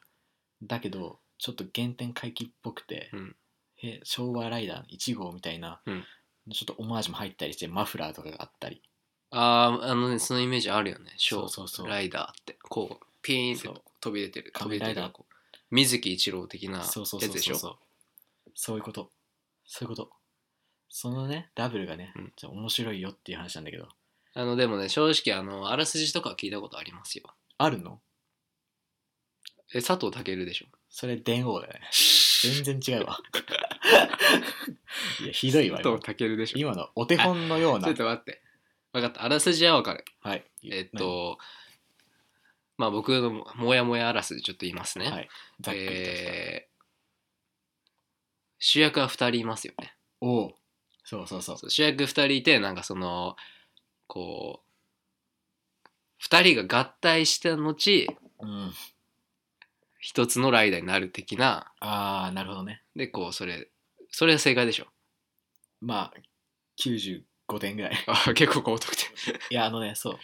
[SPEAKER 1] だけどちょっと原点回帰っぽくて、
[SPEAKER 2] うん
[SPEAKER 1] へ昭和ライダー1号みたいな、
[SPEAKER 2] うん
[SPEAKER 1] ちょっとオマージュも入ったりしてマフラーとかがあったり
[SPEAKER 2] あああのねそのイメージあるよねショ
[SPEAKER 1] そうそうそう
[SPEAKER 2] ーライダーってこうピーンって
[SPEAKER 1] そう
[SPEAKER 2] 飛び出てる飛
[SPEAKER 1] 仮
[SPEAKER 2] び
[SPEAKER 1] 面ラ
[SPEAKER 2] 出
[SPEAKER 1] イ
[SPEAKER 2] て
[SPEAKER 1] ダー
[SPEAKER 2] るこう水木一郎的なやつ
[SPEAKER 1] そうそうそう
[SPEAKER 2] でし
[SPEAKER 1] そう
[SPEAKER 2] ょ
[SPEAKER 1] そうそういうことそういうことそのねダブルがね、
[SPEAKER 2] うん
[SPEAKER 1] じゃあ面白いよっていう話なんだけど
[SPEAKER 2] あのでもね正直あのあらすじとかは聞いたことありますよ
[SPEAKER 1] あるの
[SPEAKER 2] え佐藤健でしょ
[SPEAKER 1] それ電王だよね全然違
[SPEAKER 2] (laughs)
[SPEAKER 1] うわいやひどいわ
[SPEAKER 2] 佐
[SPEAKER 1] 今
[SPEAKER 2] 藤健でしょ
[SPEAKER 1] 今のお手本のよう
[SPEAKER 2] ちょ
[SPEAKER 1] な
[SPEAKER 2] っと待って分かったあらすじは分かる
[SPEAKER 1] はい
[SPEAKER 2] えっとまあ僕のモヤモヤあらすじちょっと言いますね、
[SPEAKER 1] 何はいざっくりとした、
[SPEAKER 2] えー主役は2人いますよね
[SPEAKER 1] おうそうそうそう
[SPEAKER 2] そう主役2人いてなんかそのこう2人が合体した後
[SPEAKER 1] うん
[SPEAKER 2] 一つのライダーになる的な
[SPEAKER 1] ああなるほどね
[SPEAKER 2] でこうそれそれが正解でしょ
[SPEAKER 1] まあ95点ぐらい
[SPEAKER 2] あ結構高得
[SPEAKER 1] いやあのねそう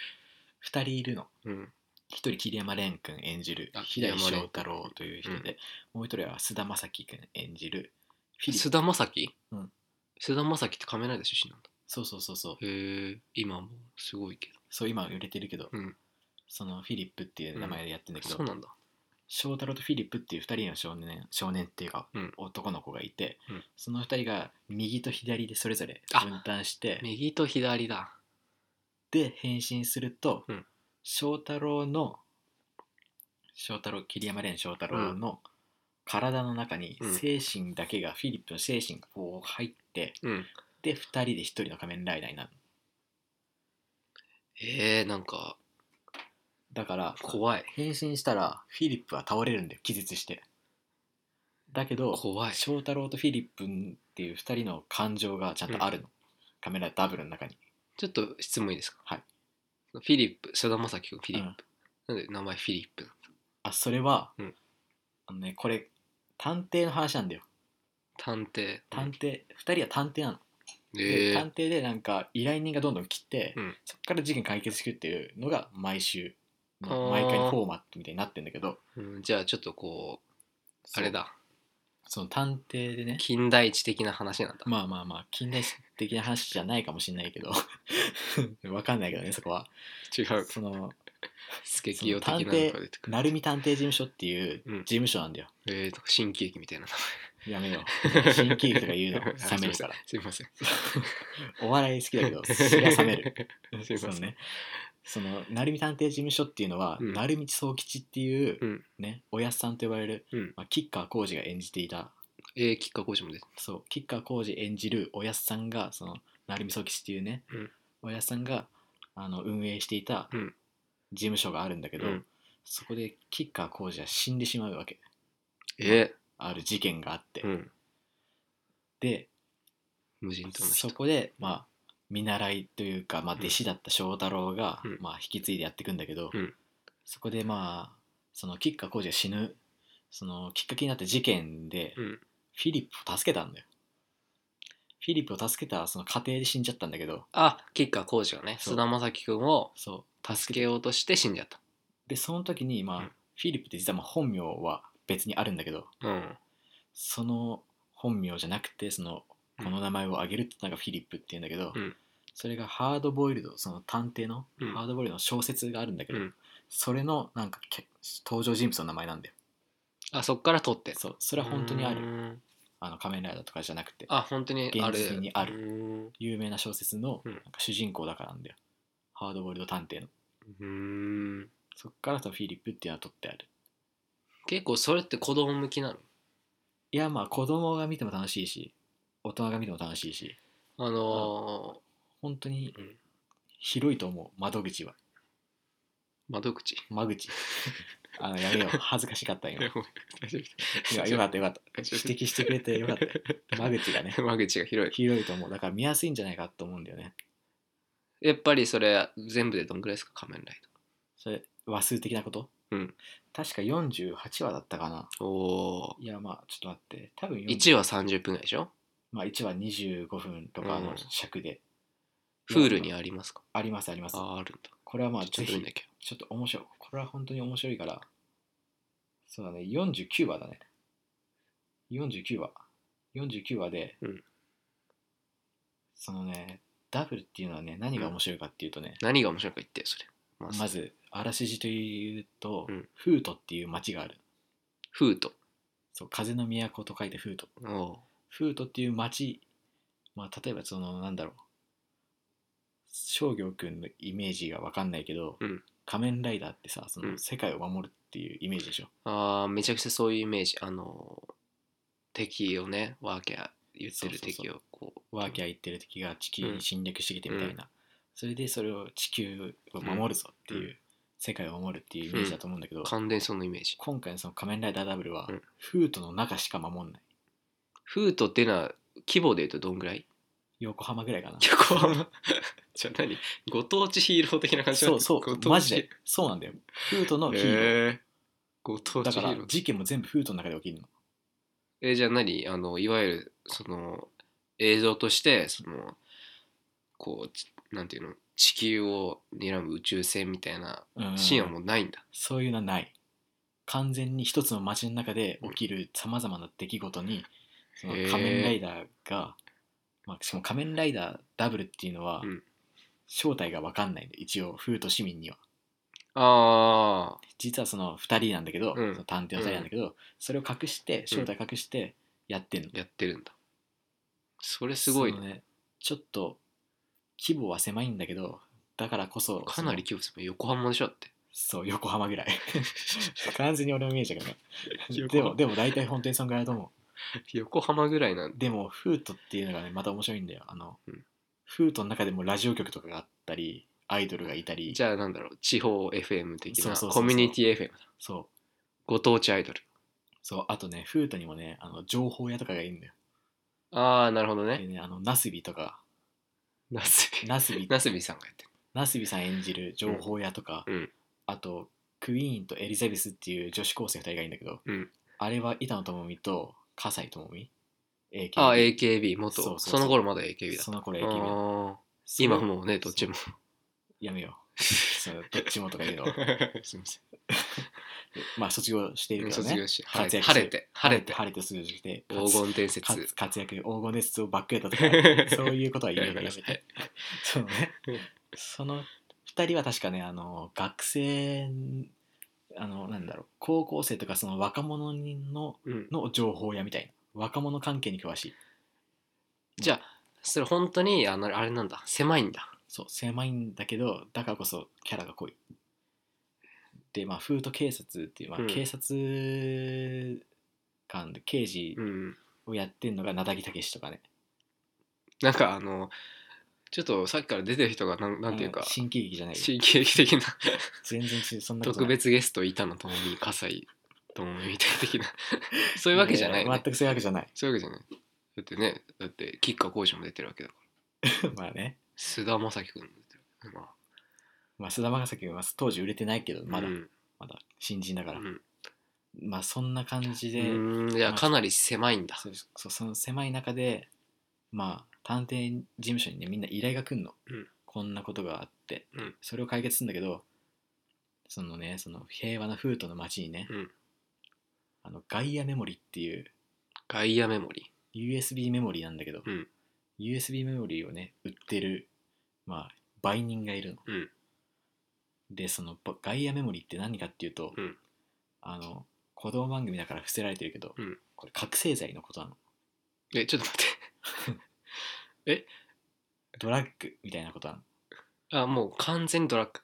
[SPEAKER 1] 2人いるの
[SPEAKER 2] 点うん
[SPEAKER 1] 一人桐山蓮君演じる
[SPEAKER 2] あ
[SPEAKER 1] 平井
[SPEAKER 2] 桐
[SPEAKER 1] 翔
[SPEAKER 2] 山蓮
[SPEAKER 1] 太郎という人で、もう一人は菅田将暉君演じるフィリップ
[SPEAKER 2] 菅田将暉
[SPEAKER 1] うん
[SPEAKER 2] 菅田将暉って仮面ライダー出身なんだ
[SPEAKER 1] そうそうそうそう
[SPEAKER 2] へえ今もすごいけど
[SPEAKER 1] そう今売れてるけど、
[SPEAKER 2] うん
[SPEAKER 1] そのフィリップっていう名前でやってるんだけど、
[SPEAKER 2] そうなんだ
[SPEAKER 1] 翔太郎とフィリップっていう2人の少年少年っていうか、
[SPEAKER 2] うん
[SPEAKER 1] 男の子がいて、
[SPEAKER 2] うん
[SPEAKER 1] その2人が右と左でそれぞれ
[SPEAKER 2] あ
[SPEAKER 1] 分担して
[SPEAKER 2] 右と左だ
[SPEAKER 1] で変身すると、
[SPEAKER 2] うん
[SPEAKER 1] 翔太郎の翔太郎桐山蓮翔太郎の体の中に
[SPEAKER 2] うん
[SPEAKER 1] 精神だけが、フィリップの精神がこう入って
[SPEAKER 2] うん
[SPEAKER 1] で2人で1人の仮面ライダーになる
[SPEAKER 2] えー、なんか
[SPEAKER 1] だから
[SPEAKER 2] 怖い
[SPEAKER 1] 変身したらフィリップは倒れるんだよ気絶してだけど
[SPEAKER 2] 怖い
[SPEAKER 1] 翔太郎とフィリップっていう2人の感情がちゃんとあるの、カメラダブルの中に
[SPEAKER 2] ちょっと質問いいですか
[SPEAKER 1] はい
[SPEAKER 2] フィリップ菅田将暉君フィリッ
[SPEAKER 1] うん
[SPEAKER 2] プ、なんで名前フィリップなの
[SPEAKER 1] あそれは、
[SPEAKER 2] うん
[SPEAKER 1] あのねこれ探偵の話なんだよ
[SPEAKER 2] 探偵
[SPEAKER 1] 探偵、2人は探偵なの、
[SPEAKER 2] え
[SPEAKER 1] で
[SPEAKER 2] え
[SPEAKER 1] 探偵でなんか依頼人がどんどん来て、
[SPEAKER 2] うん
[SPEAKER 1] そこから事件解決していくっていうのが毎週
[SPEAKER 2] あ
[SPEAKER 1] の
[SPEAKER 2] ー
[SPEAKER 1] 毎回のフォーマットみたいになってんだけど
[SPEAKER 2] うん、じゃあちょっとこうあれ
[SPEAKER 1] そ
[SPEAKER 2] だ
[SPEAKER 1] うその探偵でね
[SPEAKER 2] 近代一的な話なんだ、
[SPEAKER 1] まあまあまあ近代史的な話じゃないかもしれないけ
[SPEAKER 2] (laughs)
[SPEAKER 1] どわかんないけどねそこは
[SPEAKER 2] 違う
[SPEAKER 1] その
[SPEAKER 2] スケキヨ的なのが出てくる
[SPEAKER 1] 成美探偵事務所っていう
[SPEAKER 2] うん
[SPEAKER 1] 事務所なんだよ、
[SPEAKER 2] えー、と新喜劇みたいな
[SPEAKER 1] やめよう
[SPEAKER 2] 名前
[SPEAKER 1] 新喜劇とか言うの冷めるから
[SPEAKER 2] (laughs) すいません
[SPEAKER 1] お笑い好きだけど
[SPEAKER 2] す
[SPEAKER 1] そ
[SPEAKER 2] い
[SPEAKER 1] れ
[SPEAKER 2] ま
[SPEAKER 1] は
[SPEAKER 2] せん
[SPEAKER 1] 冷める
[SPEAKER 2] すいません
[SPEAKER 1] そのねその成美探偵事務所っていうのは、
[SPEAKER 2] うん
[SPEAKER 1] 成美宗吉っていう
[SPEAKER 2] う、ん
[SPEAKER 1] ねおやすさんと呼ばれる、
[SPEAKER 2] うん
[SPEAKER 1] まあ、キッカー浩二が演じていた
[SPEAKER 2] (laughs) えー、キッカーコーチも出て
[SPEAKER 1] そう吉川浩司演じるおやすさんがその成美宗吉っていうね、
[SPEAKER 2] うん
[SPEAKER 1] おやすさんがあの運営していた
[SPEAKER 2] うん
[SPEAKER 1] 事務所があるんだけど、
[SPEAKER 2] うん
[SPEAKER 1] そこで吉川浩司は死んでしまうわけ
[SPEAKER 2] え
[SPEAKER 1] ある事件があって、
[SPEAKER 2] ー、うん
[SPEAKER 1] で
[SPEAKER 2] 無人島の人
[SPEAKER 1] そこでまあ見習いというか、まあ、
[SPEAKER 2] うん
[SPEAKER 1] 弟子だった翔太郎が、
[SPEAKER 2] うん
[SPEAKER 1] まあ、引き継いでやっていくんだけど、
[SPEAKER 2] うん
[SPEAKER 1] そこでまあその吉川浩司が死ぬそのきっかけになった事件で、
[SPEAKER 2] うん
[SPEAKER 1] フィリップを助けたんだよフィリップを助けたその家庭で死んじゃったんだけど
[SPEAKER 2] あキッカーコーチがね
[SPEAKER 1] そう
[SPEAKER 2] 菅田将暉君を
[SPEAKER 1] そう
[SPEAKER 2] 助けようとして死んじゃった
[SPEAKER 1] でその時にまあ、
[SPEAKER 2] うん
[SPEAKER 1] フィリップって実はまあ本名は別にあるんだけど
[SPEAKER 2] うん
[SPEAKER 1] その本名じゃなくてその
[SPEAKER 2] うん
[SPEAKER 1] この名前を挙げるってのがフィリップっていうんだけど、
[SPEAKER 2] うん
[SPEAKER 1] それがハードボイルドその探偵の、
[SPEAKER 2] うん
[SPEAKER 1] ハードボイルドの小説があるんだけど、
[SPEAKER 2] うん
[SPEAKER 1] それのなんかけ登場人物の名前なんだよ
[SPEAKER 2] あそっから撮って
[SPEAKER 1] そうそれは本当にあ
[SPEAKER 2] う
[SPEAKER 1] る
[SPEAKER 2] ーん
[SPEAKER 1] あの仮面ライダーとかじゃなくて
[SPEAKER 2] あ本当にある
[SPEAKER 1] 現実にある
[SPEAKER 2] る
[SPEAKER 1] 有名な小説の
[SPEAKER 2] うん
[SPEAKER 1] なんか主人公だからなんだよ、ハードボイルド探偵の
[SPEAKER 2] うーん
[SPEAKER 1] そっからそのフィリップっていうのは取ってある
[SPEAKER 2] 結構それって子供向きなの
[SPEAKER 1] いやまあ子供が見ても楽しいし大人が見ても楽しいし
[SPEAKER 2] あの
[SPEAKER 1] 本当に
[SPEAKER 2] うん
[SPEAKER 1] 広いと思う窓口は
[SPEAKER 2] ー、窓口
[SPEAKER 1] 間口 (laughs) あのやめよう恥ずかしかった今
[SPEAKER 2] (laughs) いやごめん大丈夫
[SPEAKER 1] いやよかったよかった
[SPEAKER 2] (laughs) 大丈夫
[SPEAKER 1] 指摘してくれてよかった
[SPEAKER 2] (laughs)
[SPEAKER 1] 間口がね
[SPEAKER 2] 間口が広い
[SPEAKER 1] 広いと思うだから見やすいんじゃないかと思うんだよね
[SPEAKER 2] やっぱりそれ全部でどんぐらいですか仮面ライ
[SPEAKER 1] それ話数的なこと
[SPEAKER 2] うん
[SPEAKER 1] 確か48話だったかな
[SPEAKER 2] ダーおお
[SPEAKER 1] いやまあちょっと待って多分40
[SPEAKER 2] 1は30分ぐらいでしょ
[SPEAKER 1] まあ、1話25分とかの尺で
[SPEAKER 2] フールにありますか
[SPEAKER 1] ありますあります
[SPEAKER 2] あーあるんだ
[SPEAKER 1] これはまあ
[SPEAKER 2] ちょ
[SPEAKER 1] ぜ
[SPEAKER 2] っといいん
[SPEAKER 1] ひ
[SPEAKER 2] だけ
[SPEAKER 1] ちょっと面白いこれは本当に面白いからそうだね49話だね49話49話で、
[SPEAKER 2] うん
[SPEAKER 1] そのねダブルっていうのはね何が面白いかっていうとね、
[SPEAKER 2] ど何が面白いか言ってよそれまず
[SPEAKER 1] まず嵐寺というと、
[SPEAKER 2] うん
[SPEAKER 1] フートっていう町がある
[SPEAKER 2] フート
[SPEAKER 1] そう風の都と書いてフート
[SPEAKER 2] おお
[SPEAKER 1] フートっていう町、まあ、例えばそのなんだろう商業君のイメージが分かんないけど、
[SPEAKER 2] うん
[SPEAKER 1] 仮面ライダーってさそうの
[SPEAKER 2] ん
[SPEAKER 1] 世界を守るっていうイメージでしょ、
[SPEAKER 2] あーめちゃくちゃそういうイメージあのー敵をねワーキャー言ってる敵をこう
[SPEAKER 1] ワーキャー言ってる敵が地球に侵略してきてみたいな、
[SPEAKER 2] う
[SPEAKER 1] それでそれを地球を守るぞっていう、
[SPEAKER 2] うん
[SPEAKER 1] 世界を守るっていうイメージだと思うんだけど、
[SPEAKER 2] 完全にそのイメージ
[SPEAKER 1] 今回のその仮面ライダーダブルは、
[SPEAKER 2] うん
[SPEAKER 1] フートの中しか守んない
[SPEAKER 2] フートっていうのは規模で言うとどんぐらい
[SPEAKER 1] 横浜ぐらいか
[SPEAKER 2] (laughs)
[SPEAKER 1] な
[SPEAKER 2] 横浜じゃあ何ご当地ヒーロー的な感じ
[SPEAKER 1] そうそ
[SPEAKER 2] ご当地
[SPEAKER 1] うマジでそうなんだよフートのヒーロー、
[SPEAKER 2] へえご当
[SPEAKER 1] だ
[SPEAKER 2] 地ヒ
[SPEAKER 1] か
[SPEAKER 2] ー
[SPEAKER 1] ら
[SPEAKER 2] ロー
[SPEAKER 1] 事件も全部フートの中で起きるの
[SPEAKER 2] えじゃあ何あのいわゆるその映像としてそのこうちなんていうの地球を睨む宇宙船みたいな
[SPEAKER 1] うんうんうん
[SPEAKER 2] シーンはもうないんだ、
[SPEAKER 1] そういうのはない完全に一つの街の中で起きるさまざまな出来事にその
[SPEAKER 2] へー
[SPEAKER 1] 仮面ライダーが、まあ、しかも仮面ライダーダブルっていうのは、
[SPEAKER 2] うん
[SPEAKER 1] 正体が分かんないんで一応フート市民には
[SPEAKER 2] あ
[SPEAKER 1] 実はその2人なんだけど、
[SPEAKER 2] うん
[SPEAKER 1] その探偵の2人なんだけど、それを隠して正体隠してやってんの、
[SPEAKER 2] あやってるんだそれすごい
[SPEAKER 1] そ
[SPEAKER 2] ね
[SPEAKER 1] のねちょっと規模は狭いんだけどだからこそ
[SPEAKER 2] かなり規模狭い横浜でしょだって
[SPEAKER 1] そのそう横浜ぐ
[SPEAKER 2] (laughs)
[SPEAKER 1] らい完全に俺のイメージだけどね
[SPEAKER 2] 横
[SPEAKER 1] (laughs) で
[SPEAKER 2] 浜
[SPEAKER 1] もでも大体本当にそんぐらいだと思う
[SPEAKER 2] 横浜ぐらいなんだ
[SPEAKER 1] でもフートっていうのがねまた面白いんだよあの、
[SPEAKER 2] うん
[SPEAKER 1] フートの中でもラジオ局とかがあったりアイドルがいたり
[SPEAKER 2] じゃあなんだろう地方 FM 的
[SPEAKER 1] そう
[SPEAKER 2] な
[SPEAKER 1] そうそうそう
[SPEAKER 2] コミュニティ FM だ
[SPEAKER 1] そう
[SPEAKER 2] ご当地アイドル
[SPEAKER 1] そうあとねフータにもねあの情報屋とかがいるんだよ
[SPEAKER 2] ああなるほどね
[SPEAKER 1] でねあのナスビとか
[SPEAKER 2] なすび
[SPEAKER 1] ナスビ
[SPEAKER 2] なすびさんがやって
[SPEAKER 1] ナスビさん演じる情報屋とか、
[SPEAKER 2] うんうん
[SPEAKER 1] あとクイーンとエリザベスっていう女子高生2人がいるんだけど、
[SPEAKER 2] うん
[SPEAKER 1] あれは板野友美と葛西友美 AKB
[SPEAKER 2] るああ AKB 元
[SPEAKER 1] そ
[SPEAKER 2] そう
[SPEAKER 1] そうそう
[SPEAKER 2] の頃まだ AKB だ
[SPEAKER 1] その頃 AKB だ
[SPEAKER 2] ああ
[SPEAKER 1] それ
[SPEAKER 2] 今もうねどっちも
[SPEAKER 1] やめようそうどっちもとか言うの
[SPEAKER 2] (laughs)
[SPEAKER 1] は
[SPEAKER 2] すみません
[SPEAKER 1] まあ卒業しているけど
[SPEAKER 2] 卒業
[SPEAKER 1] ね
[SPEAKER 2] して晴れ
[SPEAKER 1] 活躍
[SPEAKER 2] て晴れて晴れて
[SPEAKER 1] 晴れてするして
[SPEAKER 2] 黄金伝説
[SPEAKER 1] 活活躍黄金熱をバックやったと
[SPEAKER 2] (laughs)
[SPEAKER 1] かそういうことは言うのやめて
[SPEAKER 2] はい
[SPEAKER 1] そのね
[SPEAKER 2] うん
[SPEAKER 1] その2人は確かねあの学生あのなんだろう高校生とかその若者の
[SPEAKER 2] うん
[SPEAKER 1] の情報屋みたいな若者関係に詳しい
[SPEAKER 2] じゃあそれ本当にあのあれなんだ狭いんだ
[SPEAKER 1] そう狭いんだけどだからこそキャラが濃いでまあフート警察っていう、まあ
[SPEAKER 2] うん、
[SPEAKER 1] 警察官で刑事
[SPEAKER 2] うん
[SPEAKER 1] をやってんのが名滝武とかね、
[SPEAKER 2] なんかあのちょっとさっきから出てる人がなんなんていう
[SPEAKER 1] あ
[SPEAKER 2] か
[SPEAKER 1] の新喜劇 (laughs) じゃないよ
[SPEAKER 2] 新喜劇的な
[SPEAKER 1] 全然ちそんなことな
[SPEAKER 2] 特
[SPEAKER 1] い
[SPEAKER 2] 別ゲスト板野友美葛西友美みたいな的な (laughs) そういうわけじゃない、
[SPEAKER 1] やや
[SPEAKER 2] ね、
[SPEAKER 1] 全くそういうわけじゃない (laughs)
[SPEAKER 2] そういうわけじゃないだってねだって吉川晃司も出てるわけだから
[SPEAKER 1] まあね
[SPEAKER 2] 菅田将暉君も出てる、まあ、
[SPEAKER 1] まあ菅田将暉は当時売れてないけどまだ、
[SPEAKER 2] うん
[SPEAKER 1] まだ新人だから、
[SPEAKER 2] うん
[SPEAKER 1] まあそんな感じ
[SPEAKER 2] う
[SPEAKER 1] で、
[SPEAKER 2] ーんいやかなり狭いんだ
[SPEAKER 1] そうそうその狭い中でまあ探偵事務所にねみんな依頼が来るの、
[SPEAKER 2] うん
[SPEAKER 1] こんなことがあって、
[SPEAKER 2] うん
[SPEAKER 1] それを解決するんだけどそのねその平和なフートの街にね、
[SPEAKER 2] うん
[SPEAKER 1] あのガイアメモリっていう
[SPEAKER 2] ガイアメモリ
[SPEAKER 1] USB メモリなんだけど、
[SPEAKER 2] うん
[SPEAKER 1] USB メモリをね売ってるまあ売人がいるの、
[SPEAKER 2] うん
[SPEAKER 1] でそのばガイアメモリって何かっていうと、
[SPEAKER 2] うん
[SPEAKER 1] あの子供番組だから伏せられてるけど、
[SPEAKER 2] うん
[SPEAKER 1] これ覚醒剤のことなの
[SPEAKER 2] えちょっと待
[SPEAKER 1] ドラッグみたいなことなの
[SPEAKER 2] って (laughs) あもう完全にドラッグ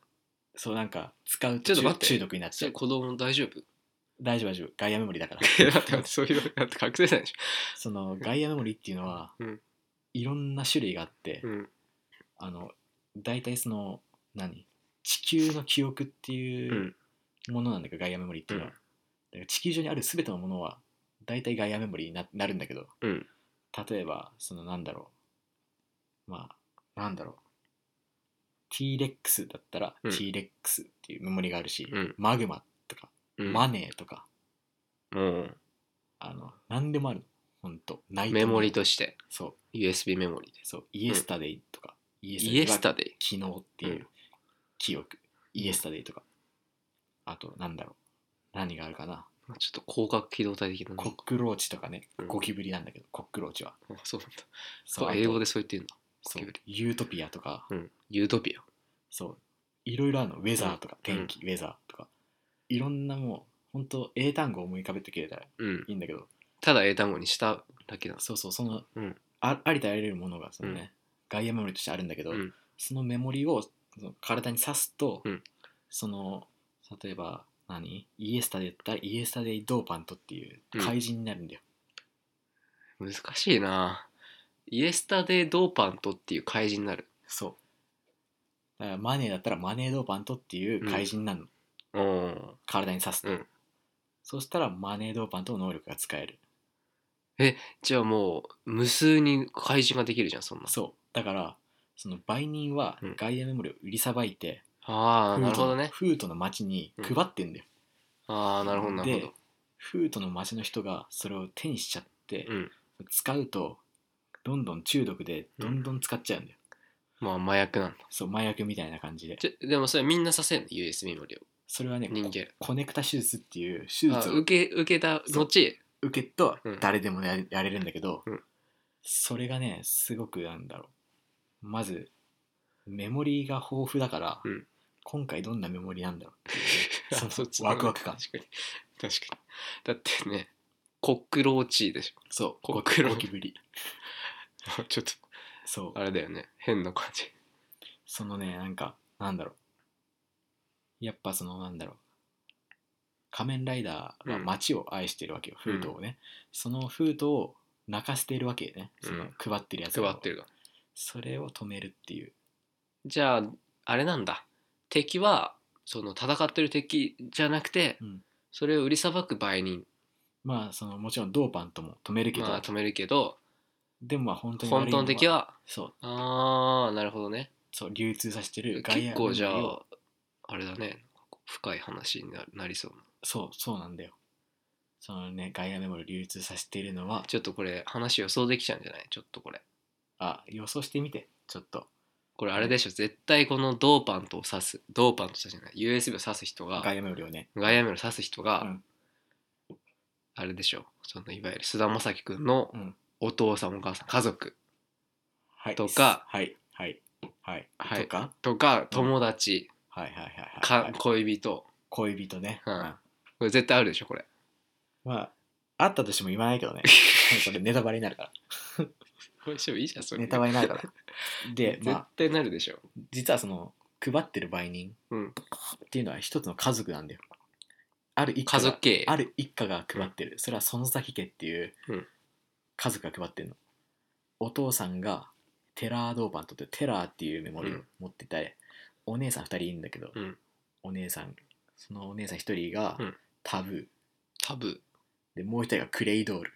[SPEAKER 1] そうなんか使う
[SPEAKER 2] ちょ
[SPEAKER 1] と中
[SPEAKER 2] っと待って
[SPEAKER 1] 中毒になっ
[SPEAKER 2] そ
[SPEAKER 1] ちゃ
[SPEAKER 2] れ
[SPEAKER 1] う
[SPEAKER 2] 子供大丈夫 (laughs)
[SPEAKER 1] 大丈夫大丈夫ガイアメモリだから
[SPEAKER 2] だって待ってそういうだって覚醒剤でし
[SPEAKER 1] そのガイアメモリっていうのは、
[SPEAKER 2] うん
[SPEAKER 1] いろんな種類があって、
[SPEAKER 2] ょ、うん
[SPEAKER 1] あの大体その何地球の記憶っていううんうものなんだけど、ガイアメモリっていうのは、
[SPEAKER 2] うん
[SPEAKER 1] だから地球上にある全てのものは大体ガイアメモリにななるんだけど
[SPEAKER 2] うん、
[SPEAKER 1] 例えばそのなんだろうまあなんだろう T-REX だったら
[SPEAKER 2] うん
[SPEAKER 1] T-REX っていうメモリがあるし、
[SPEAKER 2] うん
[SPEAKER 1] マグマとか、
[SPEAKER 2] うん、
[SPEAKER 1] マネーとか
[SPEAKER 2] も
[SPEAKER 1] あの何でもある本当ナイ
[SPEAKER 2] う
[SPEAKER 1] ト
[SPEAKER 2] メモリとして
[SPEAKER 1] そう
[SPEAKER 2] USB メモリで
[SPEAKER 1] そうイエスタデイとか、イエ
[SPEAKER 2] イエス
[SPEAKER 1] は
[SPEAKER 2] タデイ
[SPEAKER 1] 昨日っていうう記憶、イエスタデイとかあとなんだろう何があるかな
[SPEAKER 2] まあちょっと広角機動隊的な
[SPEAKER 1] コックローチとかね
[SPEAKER 2] うん
[SPEAKER 1] ゴキブリなんだけどコックローチは
[SPEAKER 2] あそうなんだ
[SPEAKER 1] そうあと
[SPEAKER 2] 英語でそう言ってんだ
[SPEAKER 1] そう
[SPEAKER 2] ゴキブリ
[SPEAKER 1] ユートピアとか
[SPEAKER 2] うんユートピア
[SPEAKER 1] そういろいろあるのウェザーとか
[SPEAKER 2] うん
[SPEAKER 1] 天気、ウェザーとかいろんなもう本当英単語を思い浮かべてくれたら
[SPEAKER 2] うん
[SPEAKER 1] いいんだけど
[SPEAKER 2] ただ英単語にしただけなんです
[SPEAKER 1] そうそうその、
[SPEAKER 2] うん
[SPEAKER 1] あありとあらゆるものがそのね、ガイアメモリとしてあるんだけど、
[SPEAKER 2] うん
[SPEAKER 1] そのメモリをその体に刺すと、
[SPEAKER 2] うん
[SPEAKER 1] その例えば何イエスタデイだったらイエスタデイドーパントっていう
[SPEAKER 2] うん
[SPEAKER 1] 怪人になるんだよ、
[SPEAKER 2] 難しいなイエスタデイドーパントっていう怪人になる
[SPEAKER 1] そうだからマネーだったらマネードーパントっていう怪人になるの、
[SPEAKER 2] うん
[SPEAKER 1] 体に刺すと、
[SPEAKER 2] うん
[SPEAKER 1] そうしたらマネードーパントの能力が使える
[SPEAKER 2] じゃあもう無数に怪人ができるじゃんそんな
[SPEAKER 1] そうだからその売人は
[SPEAKER 2] うん
[SPEAKER 1] ガイアメモリを売りさばいて、
[SPEAKER 2] ああなるほどね
[SPEAKER 1] フートの町に配ってんだよ、
[SPEAKER 2] ああなるほどなるほ
[SPEAKER 1] で
[SPEAKER 2] ど
[SPEAKER 1] フートの町の人がそれを手にしちゃって、
[SPEAKER 2] うん
[SPEAKER 1] 使うとどんどん中毒でどんどん使っちゃうんだよ、
[SPEAKER 2] まあ麻薬なんだ
[SPEAKER 1] そう麻薬みたいな感じで
[SPEAKER 2] ちょでもそれみんなさせるの US メモリを
[SPEAKER 1] それはね
[SPEAKER 2] 人間
[SPEAKER 1] ココネクタ手術っていう手
[SPEAKER 2] あ
[SPEAKER 1] 術を
[SPEAKER 2] 受け受けた (laughs) 後
[SPEAKER 1] 受けと
[SPEAKER 2] うん
[SPEAKER 1] 誰でもややれるんだけど、
[SPEAKER 2] うん
[SPEAKER 1] それがねすごくなんだろうまずメモリが豊富だから、
[SPEAKER 2] うん
[SPEAKER 1] 今回どんなメモリなんだろう
[SPEAKER 2] あ
[SPEAKER 1] その
[SPEAKER 2] そっち
[SPEAKER 1] ワクワク感
[SPEAKER 2] 確かに確かにだってねコックローチーでしょ
[SPEAKER 1] そう
[SPEAKER 2] コ
[SPEAKER 1] ゴ
[SPEAKER 2] ッ
[SPEAKER 1] キ
[SPEAKER 2] クロ
[SPEAKER 1] ゴキブリ
[SPEAKER 2] ちょっ (laughs) と
[SPEAKER 1] そう
[SPEAKER 2] あれだよね変な感じ
[SPEAKER 1] そのねなんかなんだろうやっぱそのなんだろう仮面ライダーは街を愛してるわけよ、
[SPEAKER 2] うん
[SPEAKER 1] フードをね、そのフードを泣かせているわけよね、
[SPEAKER 2] うん
[SPEAKER 1] その配ってるやつらを
[SPEAKER 2] 配ってるが
[SPEAKER 1] それを止めるっていう
[SPEAKER 2] じゃああれなんだ敵はその戦ってる敵じゃなくて、
[SPEAKER 1] うん
[SPEAKER 2] それを売りさばく売人
[SPEAKER 1] まあそのもちろんドーパントも止めるけど、
[SPEAKER 2] まあ止めるけど
[SPEAKER 1] でもまあ本当に悪い
[SPEAKER 2] 本当の敵は
[SPEAKER 1] そう
[SPEAKER 2] ああなるほどね
[SPEAKER 1] そう流通させてる
[SPEAKER 2] 結構じゃ
[SPEAKER 1] 分類を
[SPEAKER 2] ああれだね深い話にななりそうな
[SPEAKER 1] そうそうなんだよそのねガイアメモリを流通させているのは
[SPEAKER 2] ちょっとこれ話予想できちゃうんじゃないちょっとこれ
[SPEAKER 1] あ予想してみてちょっと
[SPEAKER 2] これあれでしょ絶対このドーパントを刺すドーパントじゃない USB を刺す人が
[SPEAKER 1] ガイアメモリをね
[SPEAKER 2] ガイアメロ刺す人が、
[SPEAKER 1] うん
[SPEAKER 2] あれでしょそのいわゆる菅田将暉君の
[SPEAKER 1] うん
[SPEAKER 2] お父さんお母さん家族
[SPEAKER 1] はい
[SPEAKER 2] とか
[SPEAKER 1] はいはいはい、
[SPEAKER 2] はい
[SPEAKER 1] とか
[SPEAKER 2] とか友達、
[SPEAKER 1] はいはいはいはい
[SPEAKER 2] か
[SPEAKER 1] はい
[SPEAKER 2] 恋人
[SPEAKER 1] 恋人ね、
[SPEAKER 2] うん
[SPEAKER 1] うん
[SPEAKER 2] これ絶対あるでしょこれ
[SPEAKER 1] まああったとしても言わないけ
[SPEAKER 2] (laughs)
[SPEAKER 1] どねそれネタバレになるか
[SPEAKER 2] これしょいいじゃんそ
[SPEAKER 1] ら
[SPEAKER 2] れ
[SPEAKER 1] ネタバレになるから
[SPEAKER 2] (laughs)
[SPEAKER 1] でま
[SPEAKER 2] 絶
[SPEAKER 1] あ
[SPEAKER 2] 対なるでしょ、
[SPEAKER 1] 実はその配ってる売人
[SPEAKER 2] うん
[SPEAKER 1] っていうのは一つの家族なんだよある一家
[SPEAKER 2] 家
[SPEAKER 1] が
[SPEAKER 2] 族経営
[SPEAKER 1] ある一家が配ってる、それはその先家っていう
[SPEAKER 2] うん
[SPEAKER 1] 家族が配ってるのお父さんがテラードーパントってテラーっていうメモリーを持ってて、お姉さん2人いるんだけど、
[SPEAKER 2] うん
[SPEAKER 1] お姉さんそのお姉さん1人が
[SPEAKER 2] うん
[SPEAKER 1] タブー
[SPEAKER 2] タブー
[SPEAKER 1] でもう1人がクレイドール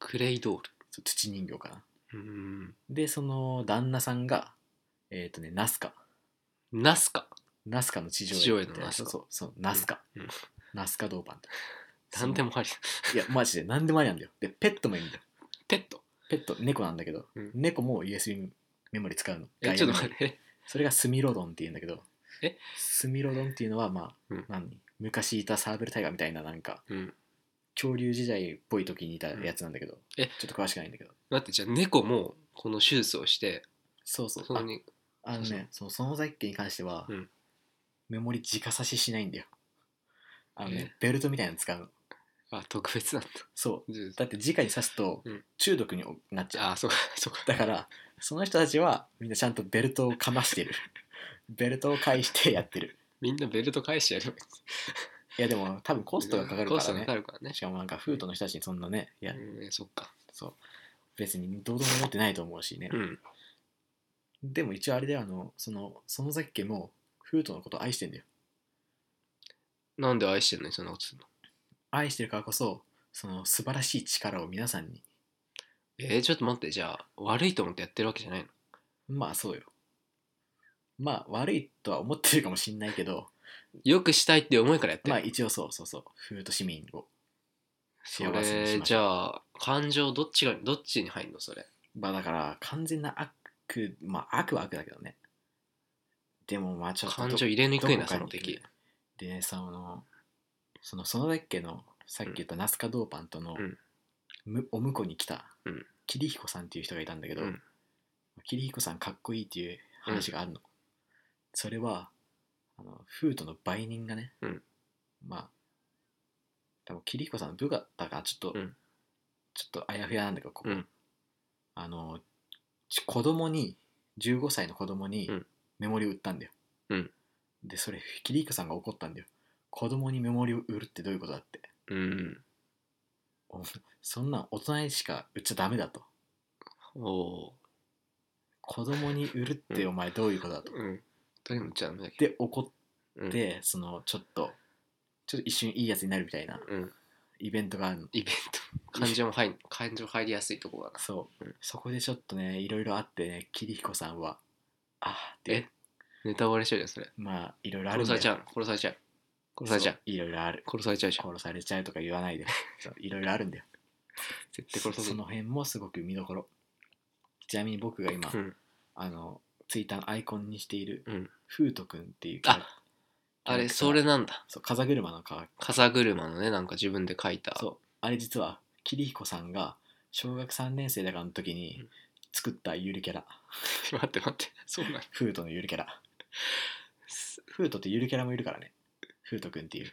[SPEAKER 2] クレイドール
[SPEAKER 1] そう土人形かな
[SPEAKER 2] うーん
[SPEAKER 1] でその旦那さんがえっ、とねナスカ
[SPEAKER 2] ナスカ
[SPEAKER 1] ナスカの地上
[SPEAKER 2] 地上絵
[SPEAKER 1] 絵
[SPEAKER 2] のナスカ
[SPEAKER 1] そうそうナスカ、
[SPEAKER 2] うんうん
[SPEAKER 1] ナスカドーパント
[SPEAKER 2] 何でもあり
[SPEAKER 1] いやマジで何でもありなんだよでペットもいるんだよ
[SPEAKER 2] (laughs) ペット
[SPEAKER 1] ペット猫なんだけど、
[SPEAKER 2] うん
[SPEAKER 1] 猫も USB メモリ使うの
[SPEAKER 2] え
[SPEAKER 1] 外
[SPEAKER 2] ちょ
[SPEAKER 1] 野
[SPEAKER 2] っ
[SPEAKER 1] メモリ
[SPEAKER 2] と待って
[SPEAKER 1] それがスミロドンっていうんだけど
[SPEAKER 2] え
[SPEAKER 1] スミロドンっていうのはまあ、
[SPEAKER 2] うん
[SPEAKER 1] 何昔いたサーベルタイガーみたいななんか
[SPEAKER 2] うん
[SPEAKER 1] 恐竜時代っぽい時にいたやつなんだけど、
[SPEAKER 2] え
[SPEAKER 1] ちょっと詳しくないんだけど
[SPEAKER 2] 待ってじゃあ猫もこの手術をして
[SPEAKER 1] そうそう
[SPEAKER 2] そこに
[SPEAKER 1] ああのねそのその在家に関しては、
[SPEAKER 2] うん
[SPEAKER 1] メモリ直差ししないんだよあのね
[SPEAKER 2] え
[SPEAKER 1] ベルトみたいなの使うの
[SPEAKER 2] あ特別なんだ
[SPEAKER 1] そう
[SPEAKER 2] 手術
[SPEAKER 1] だって直に刺すと
[SPEAKER 2] うん
[SPEAKER 1] 中毒になっちゃう、
[SPEAKER 2] あそうかそうか
[SPEAKER 1] だからその人たちはみんなちゃんとベルトをかましてるベルトを返してやってる
[SPEAKER 2] みんなベルト返してやる
[SPEAKER 1] いやでも多分コストがかかるか
[SPEAKER 2] コスト
[SPEAKER 1] ら
[SPEAKER 2] が
[SPEAKER 1] ね
[SPEAKER 2] かかるからね
[SPEAKER 1] しかもなんかフードの人たちにそんなねいや
[SPEAKER 2] うんそっか
[SPEAKER 1] そう別にどうでも思ってないと思うしね、
[SPEAKER 2] うん
[SPEAKER 1] でも一応あれであのそのそのけもフードのこと愛してんだよ
[SPEAKER 2] なんで愛してんのにそんなことするの
[SPEAKER 1] 愛してるからこそその素晴らしい力を皆さんに
[SPEAKER 2] えー、ちょっと待ってじゃあ悪いと思ってやってるわけじゃないの
[SPEAKER 1] まあそうよまあ悪いとは思ってるかもしんないけど
[SPEAKER 2] よくしたいって思いからやって
[SPEAKER 1] まあ
[SPEAKER 2] る、
[SPEAKER 1] 一応そうそうそうフード市民を
[SPEAKER 2] そ
[SPEAKER 1] 幸せにし
[SPEAKER 2] れ
[SPEAKER 1] まし
[SPEAKER 2] じ
[SPEAKER 1] ょう
[SPEAKER 2] ゃあ感情どっちがどっちに入んのそれ
[SPEAKER 1] まあだから完全な悪まあ悪は悪だけどねでもまあちょっと
[SPEAKER 2] 感情入れにくい
[SPEAKER 1] ど
[SPEAKER 2] な
[SPEAKER 1] こか
[SPEAKER 2] そ
[SPEAKER 1] に
[SPEAKER 2] の敵
[SPEAKER 1] でねそのその園田家のさっき言ったナスカドーパンとの、
[SPEAKER 2] うん
[SPEAKER 1] むお婿に来た、
[SPEAKER 2] うん
[SPEAKER 1] 桐彦さんっていう人がいたんだけど、
[SPEAKER 2] うん
[SPEAKER 1] 桐彦さんかっこいいっていう話があるの、それはあのフードの売人がね、
[SPEAKER 2] うん
[SPEAKER 1] まあ多分桐彦さんの部下だからちょっと、
[SPEAKER 2] うん
[SPEAKER 1] ちょっとあやふやなんだけどここ、
[SPEAKER 2] うん
[SPEAKER 1] あのち子供に15歳の子供に
[SPEAKER 2] うん
[SPEAKER 1] メモリを売ったんだよ、
[SPEAKER 2] うん
[SPEAKER 1] でそれキリイカさんが怒ったんだよ子供にメモリを売るってどういうことだって
[SPEAKER 2] うん
[SPEAKER 1] おそんなん大人にしか売っちゃダメだと
[SPEAKER 2] おお
[SPEAKER 1] 子供に売るって
[SPEAKER 2] うん
[SPEAKER 1] お前どういうことだと、
[SPEAKER 2] ーうんとにもちゃダメだけ
[SPEAKER 1] で怒
[SPEAKER 2] ど
[SPEAKER 1] っ
[SPEAKER 2] で
[SPEAKER 1] てそのちょっとちょっと一瞬いいやつになるみたいな
[SPEAKER 2] うん、
[SPEAKER 1] イベントがあるの
[SPEAKER 2] イベント感情も入ん (laughs) 感情入りやすいとこがな
[SPEAKER 1] そう、
[SPEAKER 2] うん
[SPEAKER 1] そこでちょっとねいろいろあってねキリヒコさんはああって
[SPEAKER 2] えネタバレしちゃうじゃんそれ
[SPEAKER 1] まあいろいろある
[SPEAKER 2] 殺
[SPEAKER 1] んだ
[SPEAKER 2] され
[SPEAKER 1] よ
[SPEAKER 2] ちゃうの殺されちゃう殺されちゃ
[SPEAKER 1] そ
[SPEAKER 2] う
[SPEAKER 1] ういろいろある
[SPEAKER 2] 殺されちゃうじゃん
[SPEAKER 1] 殺されちゃうとか言わない
[SPEAKER 2] (laughs)
[SPEAKER 1] でそういろいろあるんだよ
[SPEAKER 2] 絶対殺さ
[SPEAKER 1] その辺もすごく見どころちなみに僕が今、
[SPEAKER 2] ないうん
[SPEAKER 1] あのツイッターのアイコンにしている
[SPEAKER 2] うん
[SPEAKER 1] フートくんっていう
[SPEAKER 2] ああれそれなんだ
[SPEAKER 1] そう風車の川
[SPEAKER 2] 風車のねなんか自分で書いた
[SPEAKER 1] そうあれ実は桐彦さんが小学3年生だからの時に
[SPEAKER 2] うん
[SPEAKER 1] 作ったゆるキャラ
[SPEAKER 2] 待って待ってそうなの
[SPEAKER 1] フートのゆるキャラ
[SPEAKER 2] す
[SPEAKER 1] フートってゆるキャラもいるからねフートくんって
[SPEAKER 2] (laughs)
[SPEAKER 1] いう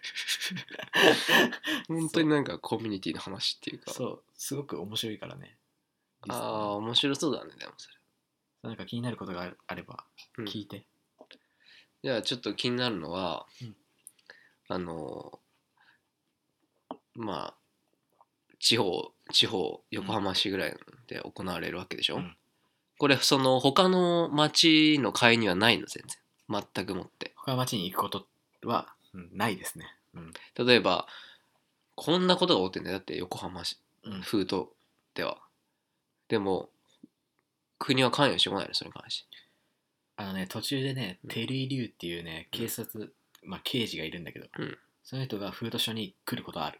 [SPEAKER 2] 本当になんかコミュニティの話っていうか
[SPEAKER 1] そうすごく面白いからね実
[SPEAKER 2] あ
[SPEAKER 1] は
[SPEAKER 2] あ面白そうだねでもそれ
[SPEAKER 1] なんか気になることがあるあれば
[SPEAKER 2] うん
[SPEAKER 1] 聞いて、
[SPEAKER 2] じゃあちょっと気になるのは、
[SPEAKER 1] うん
[SPEAKER 2] あのまあ地方地方横浜市ぐらいで行われるわけでしょ、
[SPEAKER 1] うん
[SPEAKER 2] これその他の町の会にはないの全然全くもって
[SPEAKER 1] 他の町に行くことは、うんないですね。うん。
[SPEAKER 2] 例えばこんなことが起きてんだよだって横浜市
[SPEAKER 1] うん、
[SPEAKER 2] 封筒ではでも国は関与してこないのそれに関して
[SPEAKER 1] あのね、途中でね
[SPEAKER 2] う、ん
[SPEAKER 1] テリー・リュウっていうね、警察、まあ、刑事がいるんだけど、
[SPEAKER 2] うん
[SPEAKER 1] その人がフード署に来ることはある。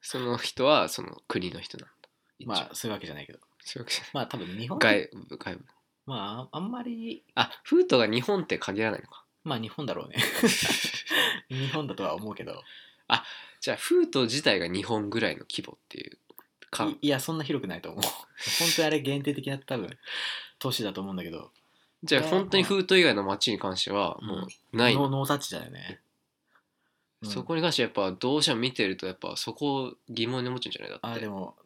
[SPEAKER 2] その人はその国の人なんだ一応
[SPEAKER 1] まあ、そういうわけじゃないけど。
[SPEAKER 2] そういうわけじゃない
[SPEAKER 1] まあ、多分日本
[SPEAKER 2] 外部外部
[SPEAKER 1] まあ、あんまり、
[SPEAKER 2] あ封筒が日本って限らないのか
[SPEAKER 1] (laughs) まあ、日本だろうね。日本だとは思うけど、
[SPEAKER 2] じゃあ封筒自体が日本ぐらいの規模っていうか
[SPEAKER 1] いいや、そんな広くないと思う。 (laughs) 本当にあれ限定的な多分、都市だと思うんだけど、
[SPEAKER 2] じゃあ本当に封筒以外の街に関してはもうない、
[SPEAKER 1] ノーノータッチだよね。うん
[SPEAKER 2] そこに関してやっぱ同社見てるとやっぱそこを疑問に思っちゃうんじゃないだって
[SPEAKER 1] あ、でも、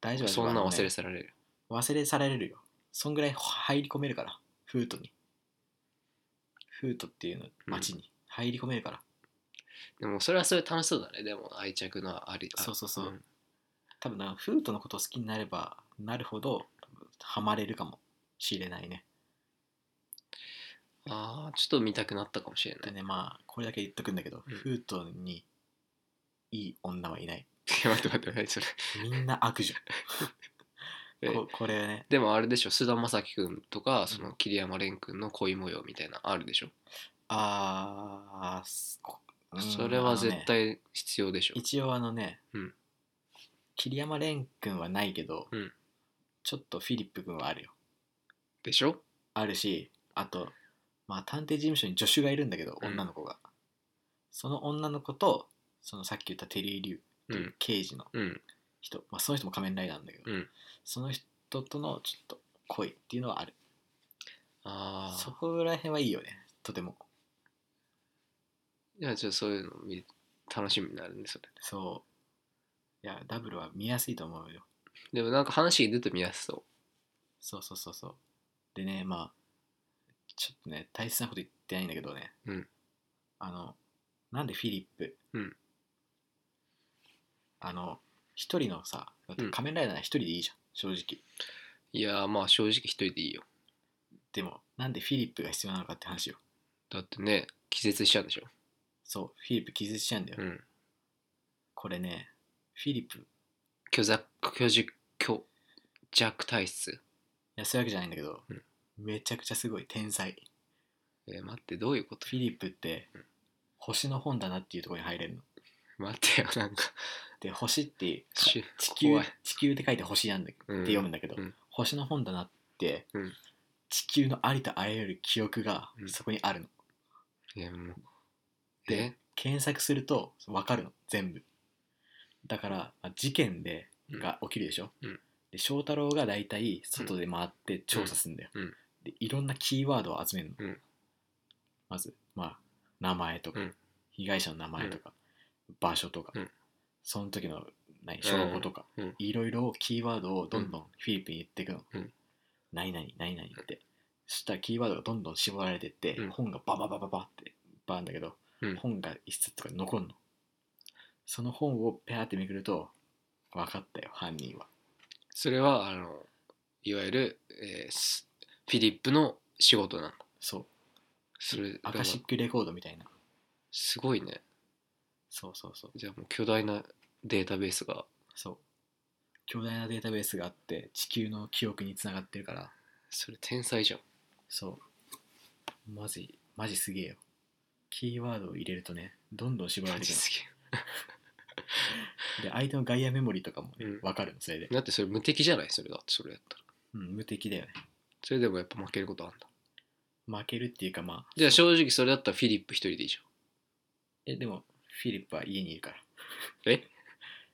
[SPEAKER 1] 大丈夫だと
[SPEAKER 2] そ
[SPEAKER 1] 思うん
[SPEAKER 2] な
[SPEAKER 1] ね
[SPEAKER 2] ん忘れ去られる
[SPEAKER 1] 忘れ去られるよそんぐらい入り込めるからフートにフートっていうの街に入り込めるから、
[SPEAKER 2] でもそれはそれ楽しそうだねでも愛着のありあ
[SPEAKER 1] そうそうそう、
[SPEAKER 2] ん
[SPEAKER 1] 多分なんかフートのことを好きになればなるほど多分ハマれるかもしれないね
[SPEAKER 2] ああちょっと見たくなったかもしれな
[SPEAKER 1] で
[SPEAKER 2] い
[SPEAKER 1] ねまあこれだけ言っとくんだけど、
[SPEAKER 2] うん
[SPEAKER 1] フートにいい女はいない
[SPEAKER 2] (laughs) いや待って待って待ってそれ
[SPEAKER 1] みんな悪女
[SPEAKER 2] (laughs) え
[SPEAKER 1] ここれはね
[SPEAKER 2] でもあれでしょ菅田将暉君とかその桐山蓮君の恋模様みたいなのあるでしょ、
[SPEAKER 1] あーすこうん
[SPEAKER 2] それは絶
[SPEAKER 1] あのね
[SPEAKER 2] 対必要でしょ、
[SPEAKER 1] 一応あのね、
[SPEAKER 2] うん
[SPEAKER 1] 桐山蓮君はないけど、
[SPEAKER 2] うん
[SPEAKER 1] ちょっとフィリップ君はあるよ
[SPEAKER 2] でしょ
[SPEAKER 1] あるしあとまあ探偵事務所に助手がいるんだけど
[SPEAKER 2] うん
[SPEAKER 1] 女の子が、その女の子とそのさっき言ったテリー・リュウ
[SPEAKER 2] う
[SPEAKER 1] ってい
[SPEAKER 2] ん
[SPEAKER 1] う刑事の
[SPEAKER 2] うん
[SPEAKER 1] 人、まあその人も仮面ライダーなんだけど、
[SPEAKER 2] うん
[SPEAKER 1] その人とのちょっと恋っていうのはある
[SPEAKER 2] あ
[SPEAKER 1] そ
[SPEAKER 2] あ
[SPEAKER 1] こら辺はいいよねとても
[SPEAKER 2] いやちょっとそういうの見楽しみになるねそれ
[SPEAKER 1] そういやダブルは見やすいと思うよ
[SPEAKER 2] でもなんか話に出て見やすそ
[SPEAKER 1] そうそうそうそうでねまあちょっとね大切なこと言ってないんだけどね、
[SPEAKER 2] うん
[SPEAKER 1] あのなんでフィリップ、
[SPEAKER 2] うん
[SPEAKER 1] あの一人のさだって仮面ライダーなら一人でいいじゃん正直
[SPEAKER 2] ういやーまあ正直一人でいいよ
[SPEAKER 1] でもなんでフィリップが必要なのかって話よ
[SPEAKER 2] だってね気絶しちゃうんでしょ
[SPEAKER 1] そうフィリップ気絶しちゃうんだよ、
[SPEAKER 2] うん
[SPEAKER 1] これねフィリップい
[SPEAKER 2] 虚弱虚弱虚弱体質
[SPEAKER 1] やそういうわけじゃないんだけど、
[SPEAKER 2] うん
[SPEAKER 1] めちゃくちゃすごい天才
[SPEAKER 2] えー待ってどういうこと (laughs)
[SPEAKER 1] フィリップって、
[SPEAKER 2] うん
[SPEAKER 1] 星の本棚っていうところに入れるの
[SPEAKER 2] 待ってよなんか
[SPEAKER 1] で星ってか
[SPEAKER 2] し
[SPEAKER 1] 地球
[SPEAKER 2] 怖い
[SPEAKER 1] 地球って書いて星なんだけど
[SPEAKER 2] うん
[SPEAKER 1] って読むんだけど、
[SPEAKER 2] うん
[SPEAKER 1] 星の本棚って、
[SPEAKER 2] うん
[SPEAKER 1] 地球のありとあらゆる記憶が
[SPEAKER 2] うん
[SPEAKER 1] そこにあるの、
[SPEAKER 2] いやもう
[SPEAKER 1] で
[SPEAKER 2] え
[SPEAKER 1] 検索すると分かるの全部だから、まあ事件で
[SPEAKER 2] うん
[SPEAKER 1] が起きるでしょ、
[SPEAKER 2] うん
[SPEAKER 1] で翔太郎が大体外で回って調査するんだよ、
[SPEAKER 2] うんうん
[SPEAKER 1] でいろんなキーワードを集めるの、
[SPEAKER 2] うん
[SPEAKER 1] まずまあ名前とか、
[SPEAKER 2] うん
[SPEAKER 1] 被害者の名前とか、場所とか、
[SPEAKER 2] うん
[SPEAKER 1] その時の何証拠とか、
[SPEAKER 2] うん
[SPEAKER 1] いろいろキーワードをどんどんフィリップに言っていくの、
[SPEAKER 2] うん
[SPEAKER 1] 何々何々ってそしたらキーワードがどんどん絞られてって、
[SPEAKER 2] うん
[SPEAKER 1] 本がバババババってバーンだけど、
[SPEAKER 2] うん
[SPEAKER 1] 本が一冊とか残んのその本をペアってめくると分かったよ犯人は
[SPEAKER 2] それはあのいわゆる、えーすフィリップの仕事なんだ
[SPEAKER 1] そう
[SPEAKER 2] それ
[SPEAKER 1] アカシックレコードみたいな
[SPEAKER 2] すごいね
[SPEAKER 1] そうそうそう
[SPEAKER 2] じゃあもう巨大なデータベースが
[SPEAKER 1] そう巨大なデータベースがあって地球の記憶につながってるから
[SPEAKER 2] それ天才じゃん
[SPEAKER 1] そうマジマジすげえよキーワードを入れるとねどんどん絞られ
[SPEAKER 2] マ
[SPEAKER 1] て
[SPEAKER 2] ジ
[SPEAKER 1] く
[SPEAKER 2] す
[SPEAKER 1] るで相手のガイアメモリーとかもね、
[SPEAKER 2] うん
[SPEAKER 1] 分かるのそれで
[SPEAKER 2] げえ、だってそれ無敵じゃないそれだってそれやったら
[SPEAKER 1] うん、無敵だよね
[SPEAKER 2] それでもやっぱ負けることあんだ
[SPEAKER 1] 負けるっていうかまあ
[SPEAKER 2] じゃあ正直それだったらフィリップ一人でいいじ
[SPEAKER 1] えでもフィリップは家にいるから
[SPEAKER 2] ゃんえ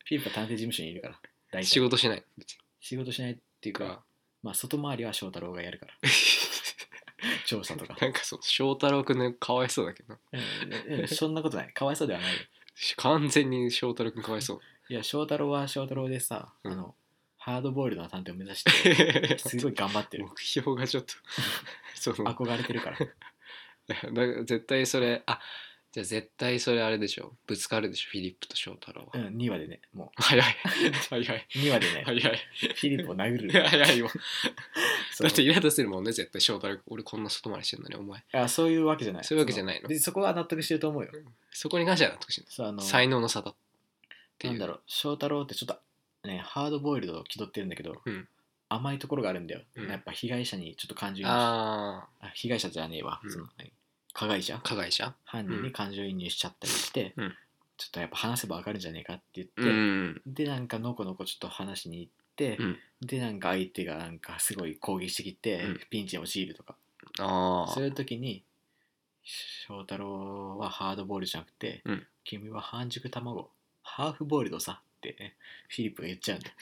[SPEAKER 1] フィリップは探偵事務所にいるから大体
[SPEAKER 2] 仕事しない別
[SPEAKER 1] 仕事しないっていう
[SPEAKER 2] に
[SPEAKER 1] か、まあ、外回りは翔太郎がやるから調査とか、
[SPEAKER 2] (laughs) なんかそう翔太郎くんねかわいそうだけどな
[SPEAKER 1] うんうんそんなことないかわいそうではないよ
[SPEAKER 2] 完全に翔太郎くんかわいそう
[SPEAKER 1] いや翔太郎は翔太郎でさ、
[SPEAKER 2] うん
[SPEAKER 1] あのハードボイルドな探偵を目指して
[SPEAKER 2] (laughs)
[SPEAKER 1] すごい頑張ってる
[SPEAKER 2] 目標がちょ
[SPEAKER 1] (laughs)
[SPEAKER 2] っとその
[SPEAKER 1] 憧れてるから
[SPEAKER 2] だから絶対それあじゃあ絶対それあれでしょぶつかるでしょフィリップと翔太郎は、
[SPEAKER 1] うん2話でねも
[SPEAKER 2] 早い早いう
[SPEAKER 1] (laughs) 2話でね
[SPEAKER 2] 早い
[SPEAKER 1] フィリップを殴る
[SPEAKER 2] 早いよ
[SPEAKER 1] そ
[SPEAKER 2] だ
[SPEAKER 1] の
[SPEAKER 2] ってイラッとするもんね絶対翔太郎俺こんな外回りしてんのにお前
[SPEAKER 1] いやそういうわけじゃない
[SPEAKER 2] そういうわけじゃないの
[SPEAKER 1] そでそこは納得してると思うよ
[SPEAKER 2] そこに関しては納得して
[SPEAKER 1] そうあ
[SPEAKER 2] な
[SPEAKER 1] の
[SPEAKER 2] い才能の差だって
[SPEAKER 1] ないん
[SPEAKER 2] う
[SPEAKER 1] だろう翔太郎ってちょっとねハードボイルドを気取ってるんだけど、
[SPEAKER 2] うん
[SPEAKER 1] 甘いところがあるんだよ、
[SPEAKER 2] うん
[SPEAKER 1] やっぱ被害者にちょっと感情移入し
[SPEAKER 2] あ
[SPEAKER 1] あ被害者じゃねえわ、
[SPEAKER 2] うん
[SPEAKER 1] その何加害者
[SPEAKER 2] あ加害者
[SPEAKER 1] 犯人に感情移入しちゃったりして、
[SPEAKER 2] うん
[SPEAKER 1] ちょっとやっぱ話せばわかるんじゃねえかって言って、
[SPEAKER 2] うん
[SPEAKER 1] でなんかのこのこちょっと話しに行って、
[SPEAKER 2] うん
[SPEAKER 1] でなんか相手がなんかすごい攻撃してきて、
[SPEAKER 2] うん
[SPEAKER 1] ピンチに陥るとか
[SPEAKER 2] ああ
[SPEAKER 1] そういう時に翔太郎はハードボールじゃなくて、
[SPEAKER 2] うん
[SPEAKER 1] 君は半熟卵ハーフボールドさってね、フィリップが言っちゃうんだよ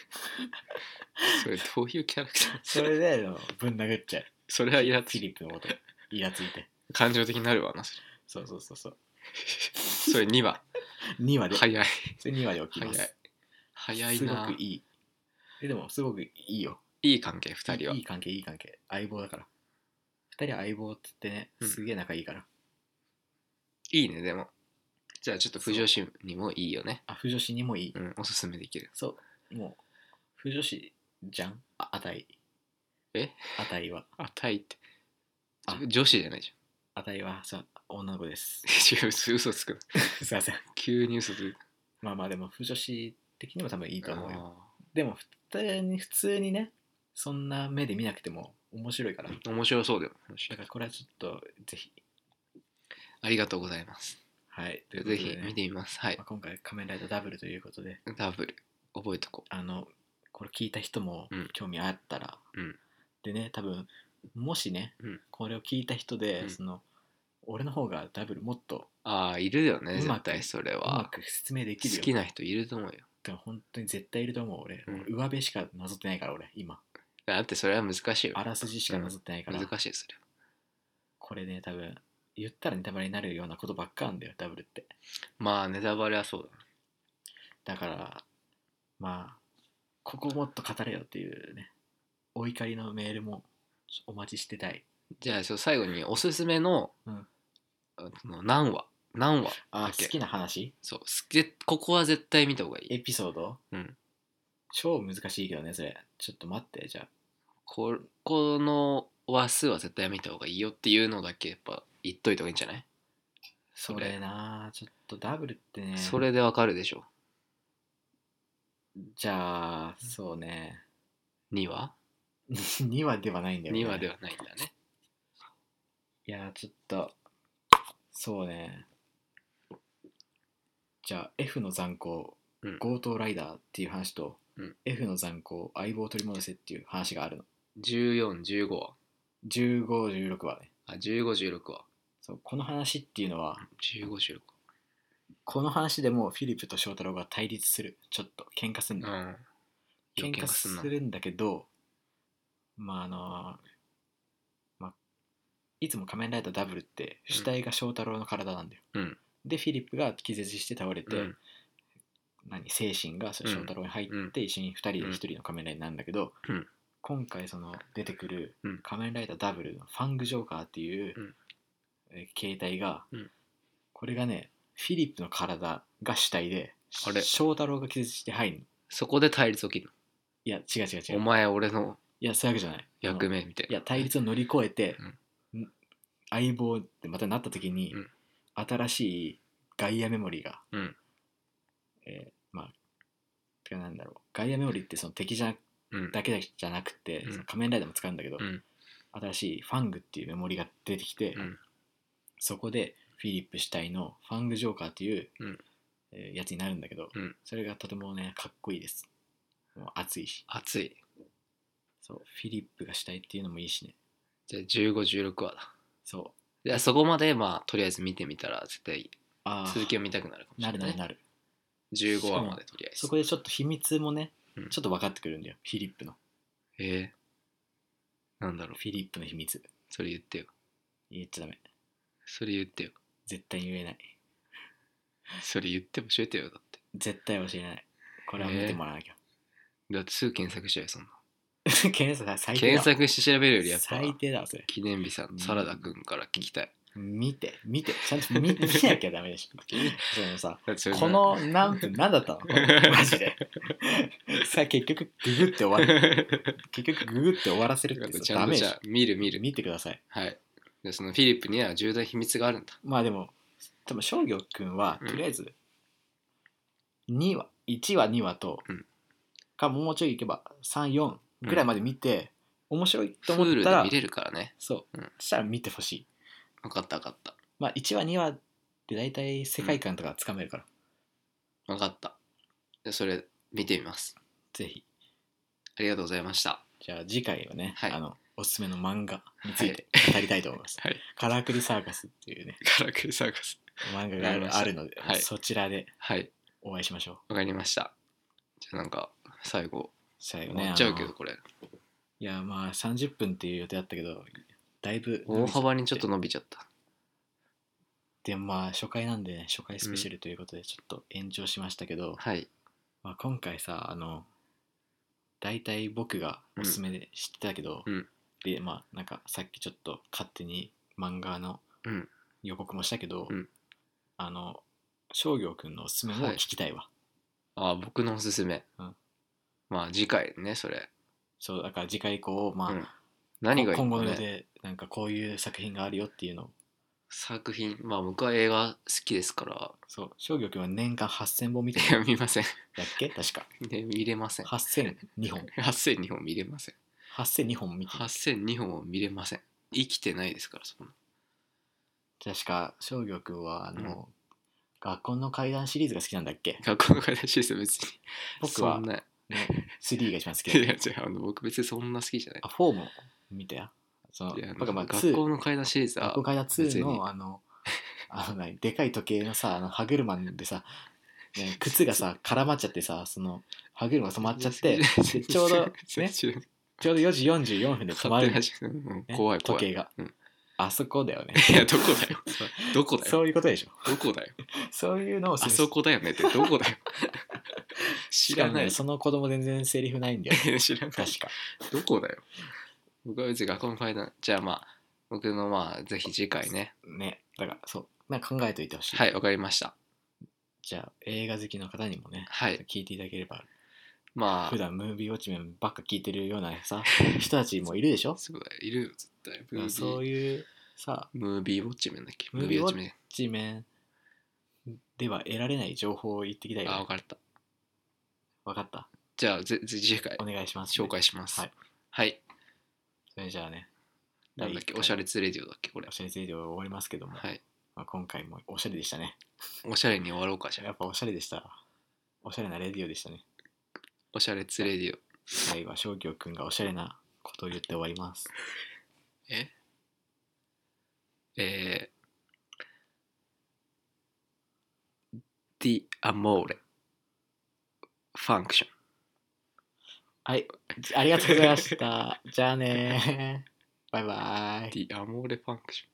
[SPEAKER 2] それどういうキャラクター
[SPEAKER 1] それであのぶん殴っちゃう
[SPEAKER 2] それはイラッと
[SPEAKER 1] フィリップのことイラついて
[SPEAKER 2] 感情的になるわなそれ
[SPEAKER 1] そうそうそうそう
[SPEAKER 2] (laughs) それ2話
[SPEAKER 1] 2話で、
[SPEAKER 2] 早い
[SPEAKER 1] それ2話で起きま
[SPEAKER 2] 早
[SPEAKER 1] す
[SPEAKER 2] い早いな
[SPEAKER 1] すごくいいえでもすごくいいよ
[SPEAKER 2] いい関係2人はい
[SPEAKER 1] い関係いい関係相棒だから二人は相棒っつってね
[SPEAKER 2] うん
[SPEAKER 1] すげえ仲いいから、
[SPEAKER 2] いいねでもじゃあちょっと不女子にもいいよね
[SPEAKER 1] あ不女子にもいい、
[SPEAKER 2] うんおすすめできる
[SPEAKER 1] そうもう不女子じゃんあ値
[SPEAKER 2] え
[SPEAKER 1] 値は
[SPEAKER 2] あたいって
[SPEAKER 1] あ
[SPEAKER 2] 女子じゃないじ
[SPEAKER 1] 値はさ女の子です
[SPEAKER 2] (laughs) ゃん違う嘘つくの
[SPEAKER 1] すいません
[SPEAKER 2] 急に嘘つく
[SPEAKER 1] まあまあでも不女子的にも多分いいと思うよ
[SPEAKER 2] あ
[SPEAKER 1] でも普通に普通にねそんな目で見なくても面白いから
[SPEAKER 2] ー面白そうだよ
[SPEAKER 1] だからこれはちょっとぜひ
[SPEAKER 2] ありがとうございます
[SPEAKER 1] はいということ
[SPEAKER 2] ぜ
[SPEAKER 1] で
[SPEAKER 2] ひ
[SPEAKER 1] ね
[SPEAKER 2] 見てみますはい
[SPEAKER 1] まあ、今回仮面ライダーダブルということで
[SPEAKER 2] ダブル覚えとこ
[SPEAKER 1] あのこれ聞いた人も
[SPEAKER 2] うん
[SPEAKER 1] 興味あったら、
[SPEAKER 2] うん
[SPEAKER 1] でね多分もしね、
[SPEAKER 2] うん
[SPEAKER 1] これを聞いた人で、
[SPEAKER 2] うん
[SPEAKER 1] その俺の方がダブルもっと
[SPEAKER 2] うああいるよ
[SPEAKER 1] うま
[SPEAKER 2] ね
[SPEAKER 1] く
[SPEAKER 2] 絶対それ
[SPEAKER 1] うま
[SPEAKER 2] は
[SPEAKER 1] く説明できるよ
[SPEAKER 2] 好きな人いると思うよ
[SPEAKER 1] って本当に絶対いると思う俺、
[SPEAKER 2] うん
[SPEAKER 1] 上辺しかなぞってないから俺今
[SPEAKER 2] だってそれは難しいよ
[SPEAKER 1] あらすじしかなぞってないから、
[SPEAKER 2] 難しいそれは
[SPEAKER 1] これね多分言ったらネタバレになるようなことばっかなんだよダブルって
[SPEAKER 2] まあネタバレはそうだ
[SPEAKER 1] だからまあここもっと語れよっていうねお怒りのメールもお待ちしてたい
[SPEAKER 2] じゃあそう最後におすすめの,、
[SPEAKER 1] うん
[SPEAKER 2] あの何話何話
[SPEAKER 1] あ
[SPEAKER 2] オッケー
[SPEAKER 1] 好きな話
[SPEAKER 2] そうすぜここは絶対見た方がいい
[SPEAKER 1] エピソード、
[SPEAKER 2] うん
[SPEAKER 1] 超難しいけどねそれちょっと待ってじゃあ
[SPEAKER 2] ここの話数は絶対見た方がいいよっていうのだけやっぱ言っといた方がいいんじゃない、
[SPEAKER 1] そ
[SPEAKER 2] れ
[SPEAKER 1] れなあちょっとダブルってね
[SPEAKER 2] それでわかるでしょ
[SPEAKER 1] じゃあそうね (laughs)
[SPEAKER 2] 2話
[SPEAKER 1] 2話ではないんだよ、ね、
[SPEAKER 2] ?2 話ではないんだね
[SPEAKER 1] いやーちょっとそうねじゃあ F の残酷、
[SPEAKER 2] うん
[SPEAKER 1] 強盗ライダーっていう話と、
[SPEAKER 2] うん
[SPEAKER 1] F の残酷相棒を取り戻せっていう話があるの
[SPEAKER 2] 1415話
[SPEAKER 1] 1516話ね
[SPEAKER 2] あ1516話
[SPEAKER 1] そうこの話っていうのは
[SPEAKER 2] 1516
[SPEAKER 1] この話でもうフィリップと翔太郎が対立するちょっと喧嘩すんの、
[SPEAKER 2] 話うん
[SPEAKER 1] 喧嘩す
[SPEAKER 2] んな
[SPEAKER 1] るんだけどまああのまあ、いつも仮面ライダーダブルって主体が翔太郎の体なんだよ、
[SPEAKER 2] うん
[SPEAKER 1] でフィリップが気絶して倒れて、
[SPEAKER 2] うん
[SPEAKER 1] 何精神がそれ
[SPEAKER 2] うん
[SPEAKER 1] 翔太郎に入って一緒に2人で1人の仮面ライダーになるんだけど、
[SPEAKER 2] うん
[SPEAKER 1] 今回その出てくる
[SPEAKER 2] うん
[SPEAKER 1] 仮面ライダーダブルのファングジョーカーっていう
[SPEAKER 2] うん
[SPEAKER 1] えー携帯が、
[SPEAKER 2] うん
[SPEAKER 1] これがねフィリップの体が主体で
[SPEAKER 2] あれ
[SPEAKER 1] 翔太郎が気絶して入るの
[SPEAKER 2] そこで対立起きる
[SPEAKER 1] いや違う違う違
[SPEAKER 2] お
[SPEAKER 1] う
[SPEAKER 2] 前俺の
[SPEAKER 1] いやそういうわけじゃない
[SPEAKER 2] 役
[SPEAKER 1] あの
[SPEAKER 2] 目みたい
[SPEAKER 1] い
[SPEAKER 2] な
[SPEAKER 1] や対立を乗り越えて、ん相棒ってまたなった時に、
[SPEAKER 2] うん
[SPEAKER 1] 新しいガイアメモリーが、
[SPEAKER 2] うん
[SPEAKER 1] えーまあてかなんだろうガイアメモリーってその敵じゃなく
[SPEAKER 2] うん
[SPEAKER 1] だけじゃなくて、
[SPEAKER 2] うん
[SPEAKER 1] その仮面ライダーも使うんだけど、
[SPEAKER 2] うん
[SPEAKER 1] 新しいファングっていうメモリーが出てきて、
[SPEAKER 2] うん
[SPEAKER 1] そこでフィリップ主体のファングジョーカーっていう、
[SPEAKER 2] うん
[SPEAKER 1] えーやつになるんだけど、
[SPEAKER 2] うん
[SPEAKER 1] それがとてもねかっこいいですもう熱いし
[SPEAKER 2] 熱い
[SPEAKER 1] そうフィリップが主体っていうのもいいしね
[SPEAKER 2] じゃあ1516話だ
[SPEAKER 1] そう
[SPEAKER 2] じゃあそこまでまあとりあえず見てみたら絶対
[SPEAKER 1] あー
[SPEAKER 2] 続きを見たくなるかもし
[SPEAKER 1] なる
[SPEAKER 2] れな、
[SPEAKER 1] ないるなる
[SPEAKER 2] 15話までとりあえず
[SPEAKER 1] そこでちょっと秘密もね、
[SPEAKER 2] うん
[SPEAKER 1] ちょっと分かってくるんだよフィリップの
[SPEAKER 2] えー、なんだろう
[SPEAKER 1] フィリップの秘密
[SPEAKER 2] それ言ってよ
[SPEAKER 1] 言っちゃダメ
[SPEAKER 2] それ言ってよ
[SPEAKER 1] 絶対言えない
[SPEAKER 2] それ言って教えてよだって
[SPEAKER 1] 絶対教えないこれは見てもらわなきゃ、
[SPEAKER 2] だってすぐ検索しちゃうよそんな
[SPEAKER 1] (laughs) 検索最低だ
[SPEAKER 2] 検索して調べるよりやっぱ
[SPEAKER 1] 最低だわそれ
[SPEAKER 2] 記念日さんサラダくんから聞きたい
[SPEAKER 1] 見て見てちゃん
[SPEAKER 2] (laughs)
[SPEAKER 1] と見見なきゃダメでしょそのさ
[SPEAKER 2] だってそれ
[SPEAKER 1] こ
[SPEAKER 2] (laughs)
[SPEAKER 1] の何分何だったのこれマジでさあ結局ググって終わる結局ググって終わらせるって
[SPEAKER 2] ち
[SPEAKER 1] さダ
[SPEAKER 2] ゃんと
[SPEAKER 1] メ
[SPEAKER 2] じ
[SPEAKER 1] で
[SPEAKER 2] ゃ
[SPEAKER 1] し
[SPEAKER 2] あ見る見
[SPEAKER 1] ょ
[SPEAKER 2] る
[SPEAKER 1] 見てください
[SPEAKER 2] はいでそのフィリップには重大秘密があるんだ
[SPEAKER 1] まあでも多分商業くんは
[SPEAKER 2] うん
[SPEAKER 1] とりあえず2話1話2話と、
[SPEAKER 2] うん
[SPEAKER 1] かもうちょいいけば34ぐらいまで見て、面白いと
[SPEAKER 2] フー
[SPEAKER 1] 思っ
[SPEAKER 2] ル
[SPEAKER 1] た
[SPEAKER 2] で
[SPEAKER 1] ら
[SPEAKER 2] 見れるからね
[SPEAKER 1] そう、
[SPEAKER 2] うん
[SPEAKER 1] そしたら見てほしい
[SPEAKER 2] 分かった分かった
[SPEAKER 1] まあ1話2話で大体世界観とかつかめるから、
[SPEAKER 2] 分かったでそれ見てみます
[SPEAKER 1] ぜひ
[SPEAKER 2] ありがとうございました
[SPEAKER 1] じゃあ次回はね、
[SPEAKER 2] はい
[SPEAKER 1] あのおすすめの漫画について語りたいと思
[SPEAKER 2] (laughs)
[SPEAKER 1] います、
[SPEAKER 2] はい
[SPEAKER 1] カラクリサーカスっていうね
[SPEAKER 2] カラクリサーカス
[SPEAKER 1] 漫画があるあるので、
[SPEAKER 2] はい
[SPEAKER 1] そちらで
[SPEAKER 2] はい
[SPEAKER 1] お会いしましょう
[SPEAKER 2] わかりましたじゃあなんか最後
[SPEAKER 1] 最後
[SPEAKER 2] 終
[SPEAKER 1] ね
[SPEAKER 2] わっちゃう
[SPEAKER 1] あ
[SPEAKER 2] け
[SPEAKER 1] の
[SPEAKER 2] どこれ
[SPEAKER 1] いやまあ30分っていう予定だったけどだいぶ
[SPEAKER 2] 大幅にちょっと伸びちゃった
[SPEAKER 1] でまあ初回なんでね初回スペシャルということでちょっと延長しましたけど、
[SPEAKER 2] はい
[SPEAKER 1] まあ、今回さあの大体僕がおすすめで知ってたけど、
[SPEAKER 2] うん
[SPEAKER 1] でまあなんかさっきちょっと勝手に漫画の
[SPEAKER 2] うん
[SPEAKER 1] 予告もしたけど、
[SPEAKER 2] うん
[SPEAKER 1] あの商業くんのおすすめも聞きたいわ、
[SPEAKER 2] あ僕のおすすめ、
[SPEAKER 1] うん
[SPEAKER 2] まあ次回ねそれ
[SPEAKER 1] そうだから次回以降まあ、
[SPEAKER 2] うん何がいい
[SPEAKER 1] 今後
[SPEAKER 2] の
[SPEAKER 1] の予
[SPEAKER 2] かね
[SPEAKER 1] 定なんかこういう作品があるよっていうのを
[SPEAKER 2] 作品まあ僕は映画好きですから (laughs)
[SPEAKER 1] そう商業くんは年間8000本見て
[SPEAKER 2] いや
[SPEAKER 1] る
[SPEAKER 2] 見ません
[SPEAKER 1] だっけ確か
[SPEAKER 2] で見れません
[SPEAKER 1] 8002本
[SPEAKER 2] 8002本見れません
[SPEAKER 1] 8002本見てる
[SPEAKER 2] 8002本を見れません生きてないですからそんな
[SPEAKER 1] 確か商業くんはあの、学校の怪談シリーズが好きなんだっけ
[SPEAKER 2] 学校の形ですよ別に
[SPEAKER 1] 僕は
[SPEAKER 2] そんな
[SPEAKER 1] ね、3が一番好き
[SPEAKER 2] いや (laughs)
[SPEAKER 1] だ
[SPEAKER 2] 違うあの僕別にそんな好きじゃない
[SPEAKER 1] あ4も見たよその
[SPEAKER 2] いや
[SPEAKER 1] 僕はまあ
[SPEAKER 2] 学
[SPEAKER 1] 2
[SPEAKER 2] 校の階段シリーズ
[SPEAKER 1] 学
[SPEAKER 2] は
[SPEAKER 1] 校怪談
[SPEAKER 2] 別
[SPEAKER 1] 2
[SPEAKER 2] に
[SPEAKER 1] のあのあの何でかい時計のさあの歯車でさ、
[SPEAKER 2] (laughs)
[SPEAKER 1] ね、靴がさ絡まっちゃってさその歯車が止まっちゃってでちょうどねち
[SPEAKER 2] ね
[SPEAKER 1] ょうど4時44分で止まる、ね、
[SPEAKER 2] 怖い怖い
[SPEAKER 1] 時計が、
[SPEAKER 2] うん
[SPEAKER 1] あそこだよね
[SPEAKER 2] いやどこだよどこだ
[SPEAKER 1] (laughs)
[SPEAKER 2] よ
[SPEAKER 1] そういうことでしょ
[SPEAKER 2] どこだよ
[SPEAKER 1] そういうのを
[SPEAKER 2] あそこだよねってどこ
[SPEAKER 1] (laughs)
[SPEAKER 2] だよ知
[SPEAKER 1] 知ら
[SPEAKER 2] ら
[SPEAKER 1] な
[SPEAKER 2] ないい
[SPEAKER 1] その子供全然セリフないんだよね (laughs)
[SPEAKER 2] (laughs) 知らない
[SPEAKER 1] 確か
[SPEAKER 2] どこだよ僕は別に学校の階段じゃあまあ僕のまあぜひ次回ね
[SPEAKER 1] ねだからそうなんか考えといてほしい、
[SPEAKER 2] はいわかりました
[SPEAKER 1] じゃあ映画好きの方にもね
[SPEAKER 2] はい
[SPEAKER 1] 聞いていただければ
[SPEAKER 2] ま
[SPEAKER 1] 普
[SPEAKER 2] あ
[SPEAKER 1] 段ムービーウォッチメンばっか聞いてるような (laughs) さ人たちもいるでしょ
[SPEAKER 2] そうだよいるよ絶対
[SPEAKER 1] だからそう
[SPEAKER 2] い
[SPEAKER 1] い
[SPEAKER 2] う
[SPEAKER 1] うさ
[SPEAKER 2] ムービーウォッチメンだっけ
[SPEAKER 1] ムービーウォッチ
[SPEAKER 2] メン
[SPEAKER 1] ウォッチメンでは得られない情報を言ってきたいよ
[SPEAKER 2] あ
[SPEAKER 1] ね
[SPEAKER 2] 分かった
[SPEAKER 1] わかった
[SPEAKER 2] じゃあぜぜ次回
[SPEAKER 1] お願いします
[SPEAKER 2] 紹介します
[SPEAKER 1] はい
[SPEAKER 2] はい
[SPEAKER 1] それじゃあね
[SPEAKER 2] なんだっ
[SPEAKER 1] 第一
[SPEAKER 2] け
[SPEAKER 1] 回
[SPEAKER 2] おしゃれツレディオだっけこれ
[SPEAKER 1] おしゃれ程度終わりますけども、
[SPEAKER 2] はい
[SPEAKER 1] まあ、今回もおしゃれでしたね
[SPEAKER 2] おしゃれに終わろうかじゃ
[SPEAKER 1] や
[SPEAKER 2] あ
[SPEAKER 1] っぱおしゃれでしたおしゃれなレディオでしたね
[SPEAKER 2] おしゃれツレディオ
[SPEAKER 1] 最後は翔くんがおしゃれなことを言って終わります
[SPEAKER 2] ええー、The Amore Function
[SPEAKER 1] はいありがとうございましたじゃあねバイバイ
[SPEAKER 2] The Amore Function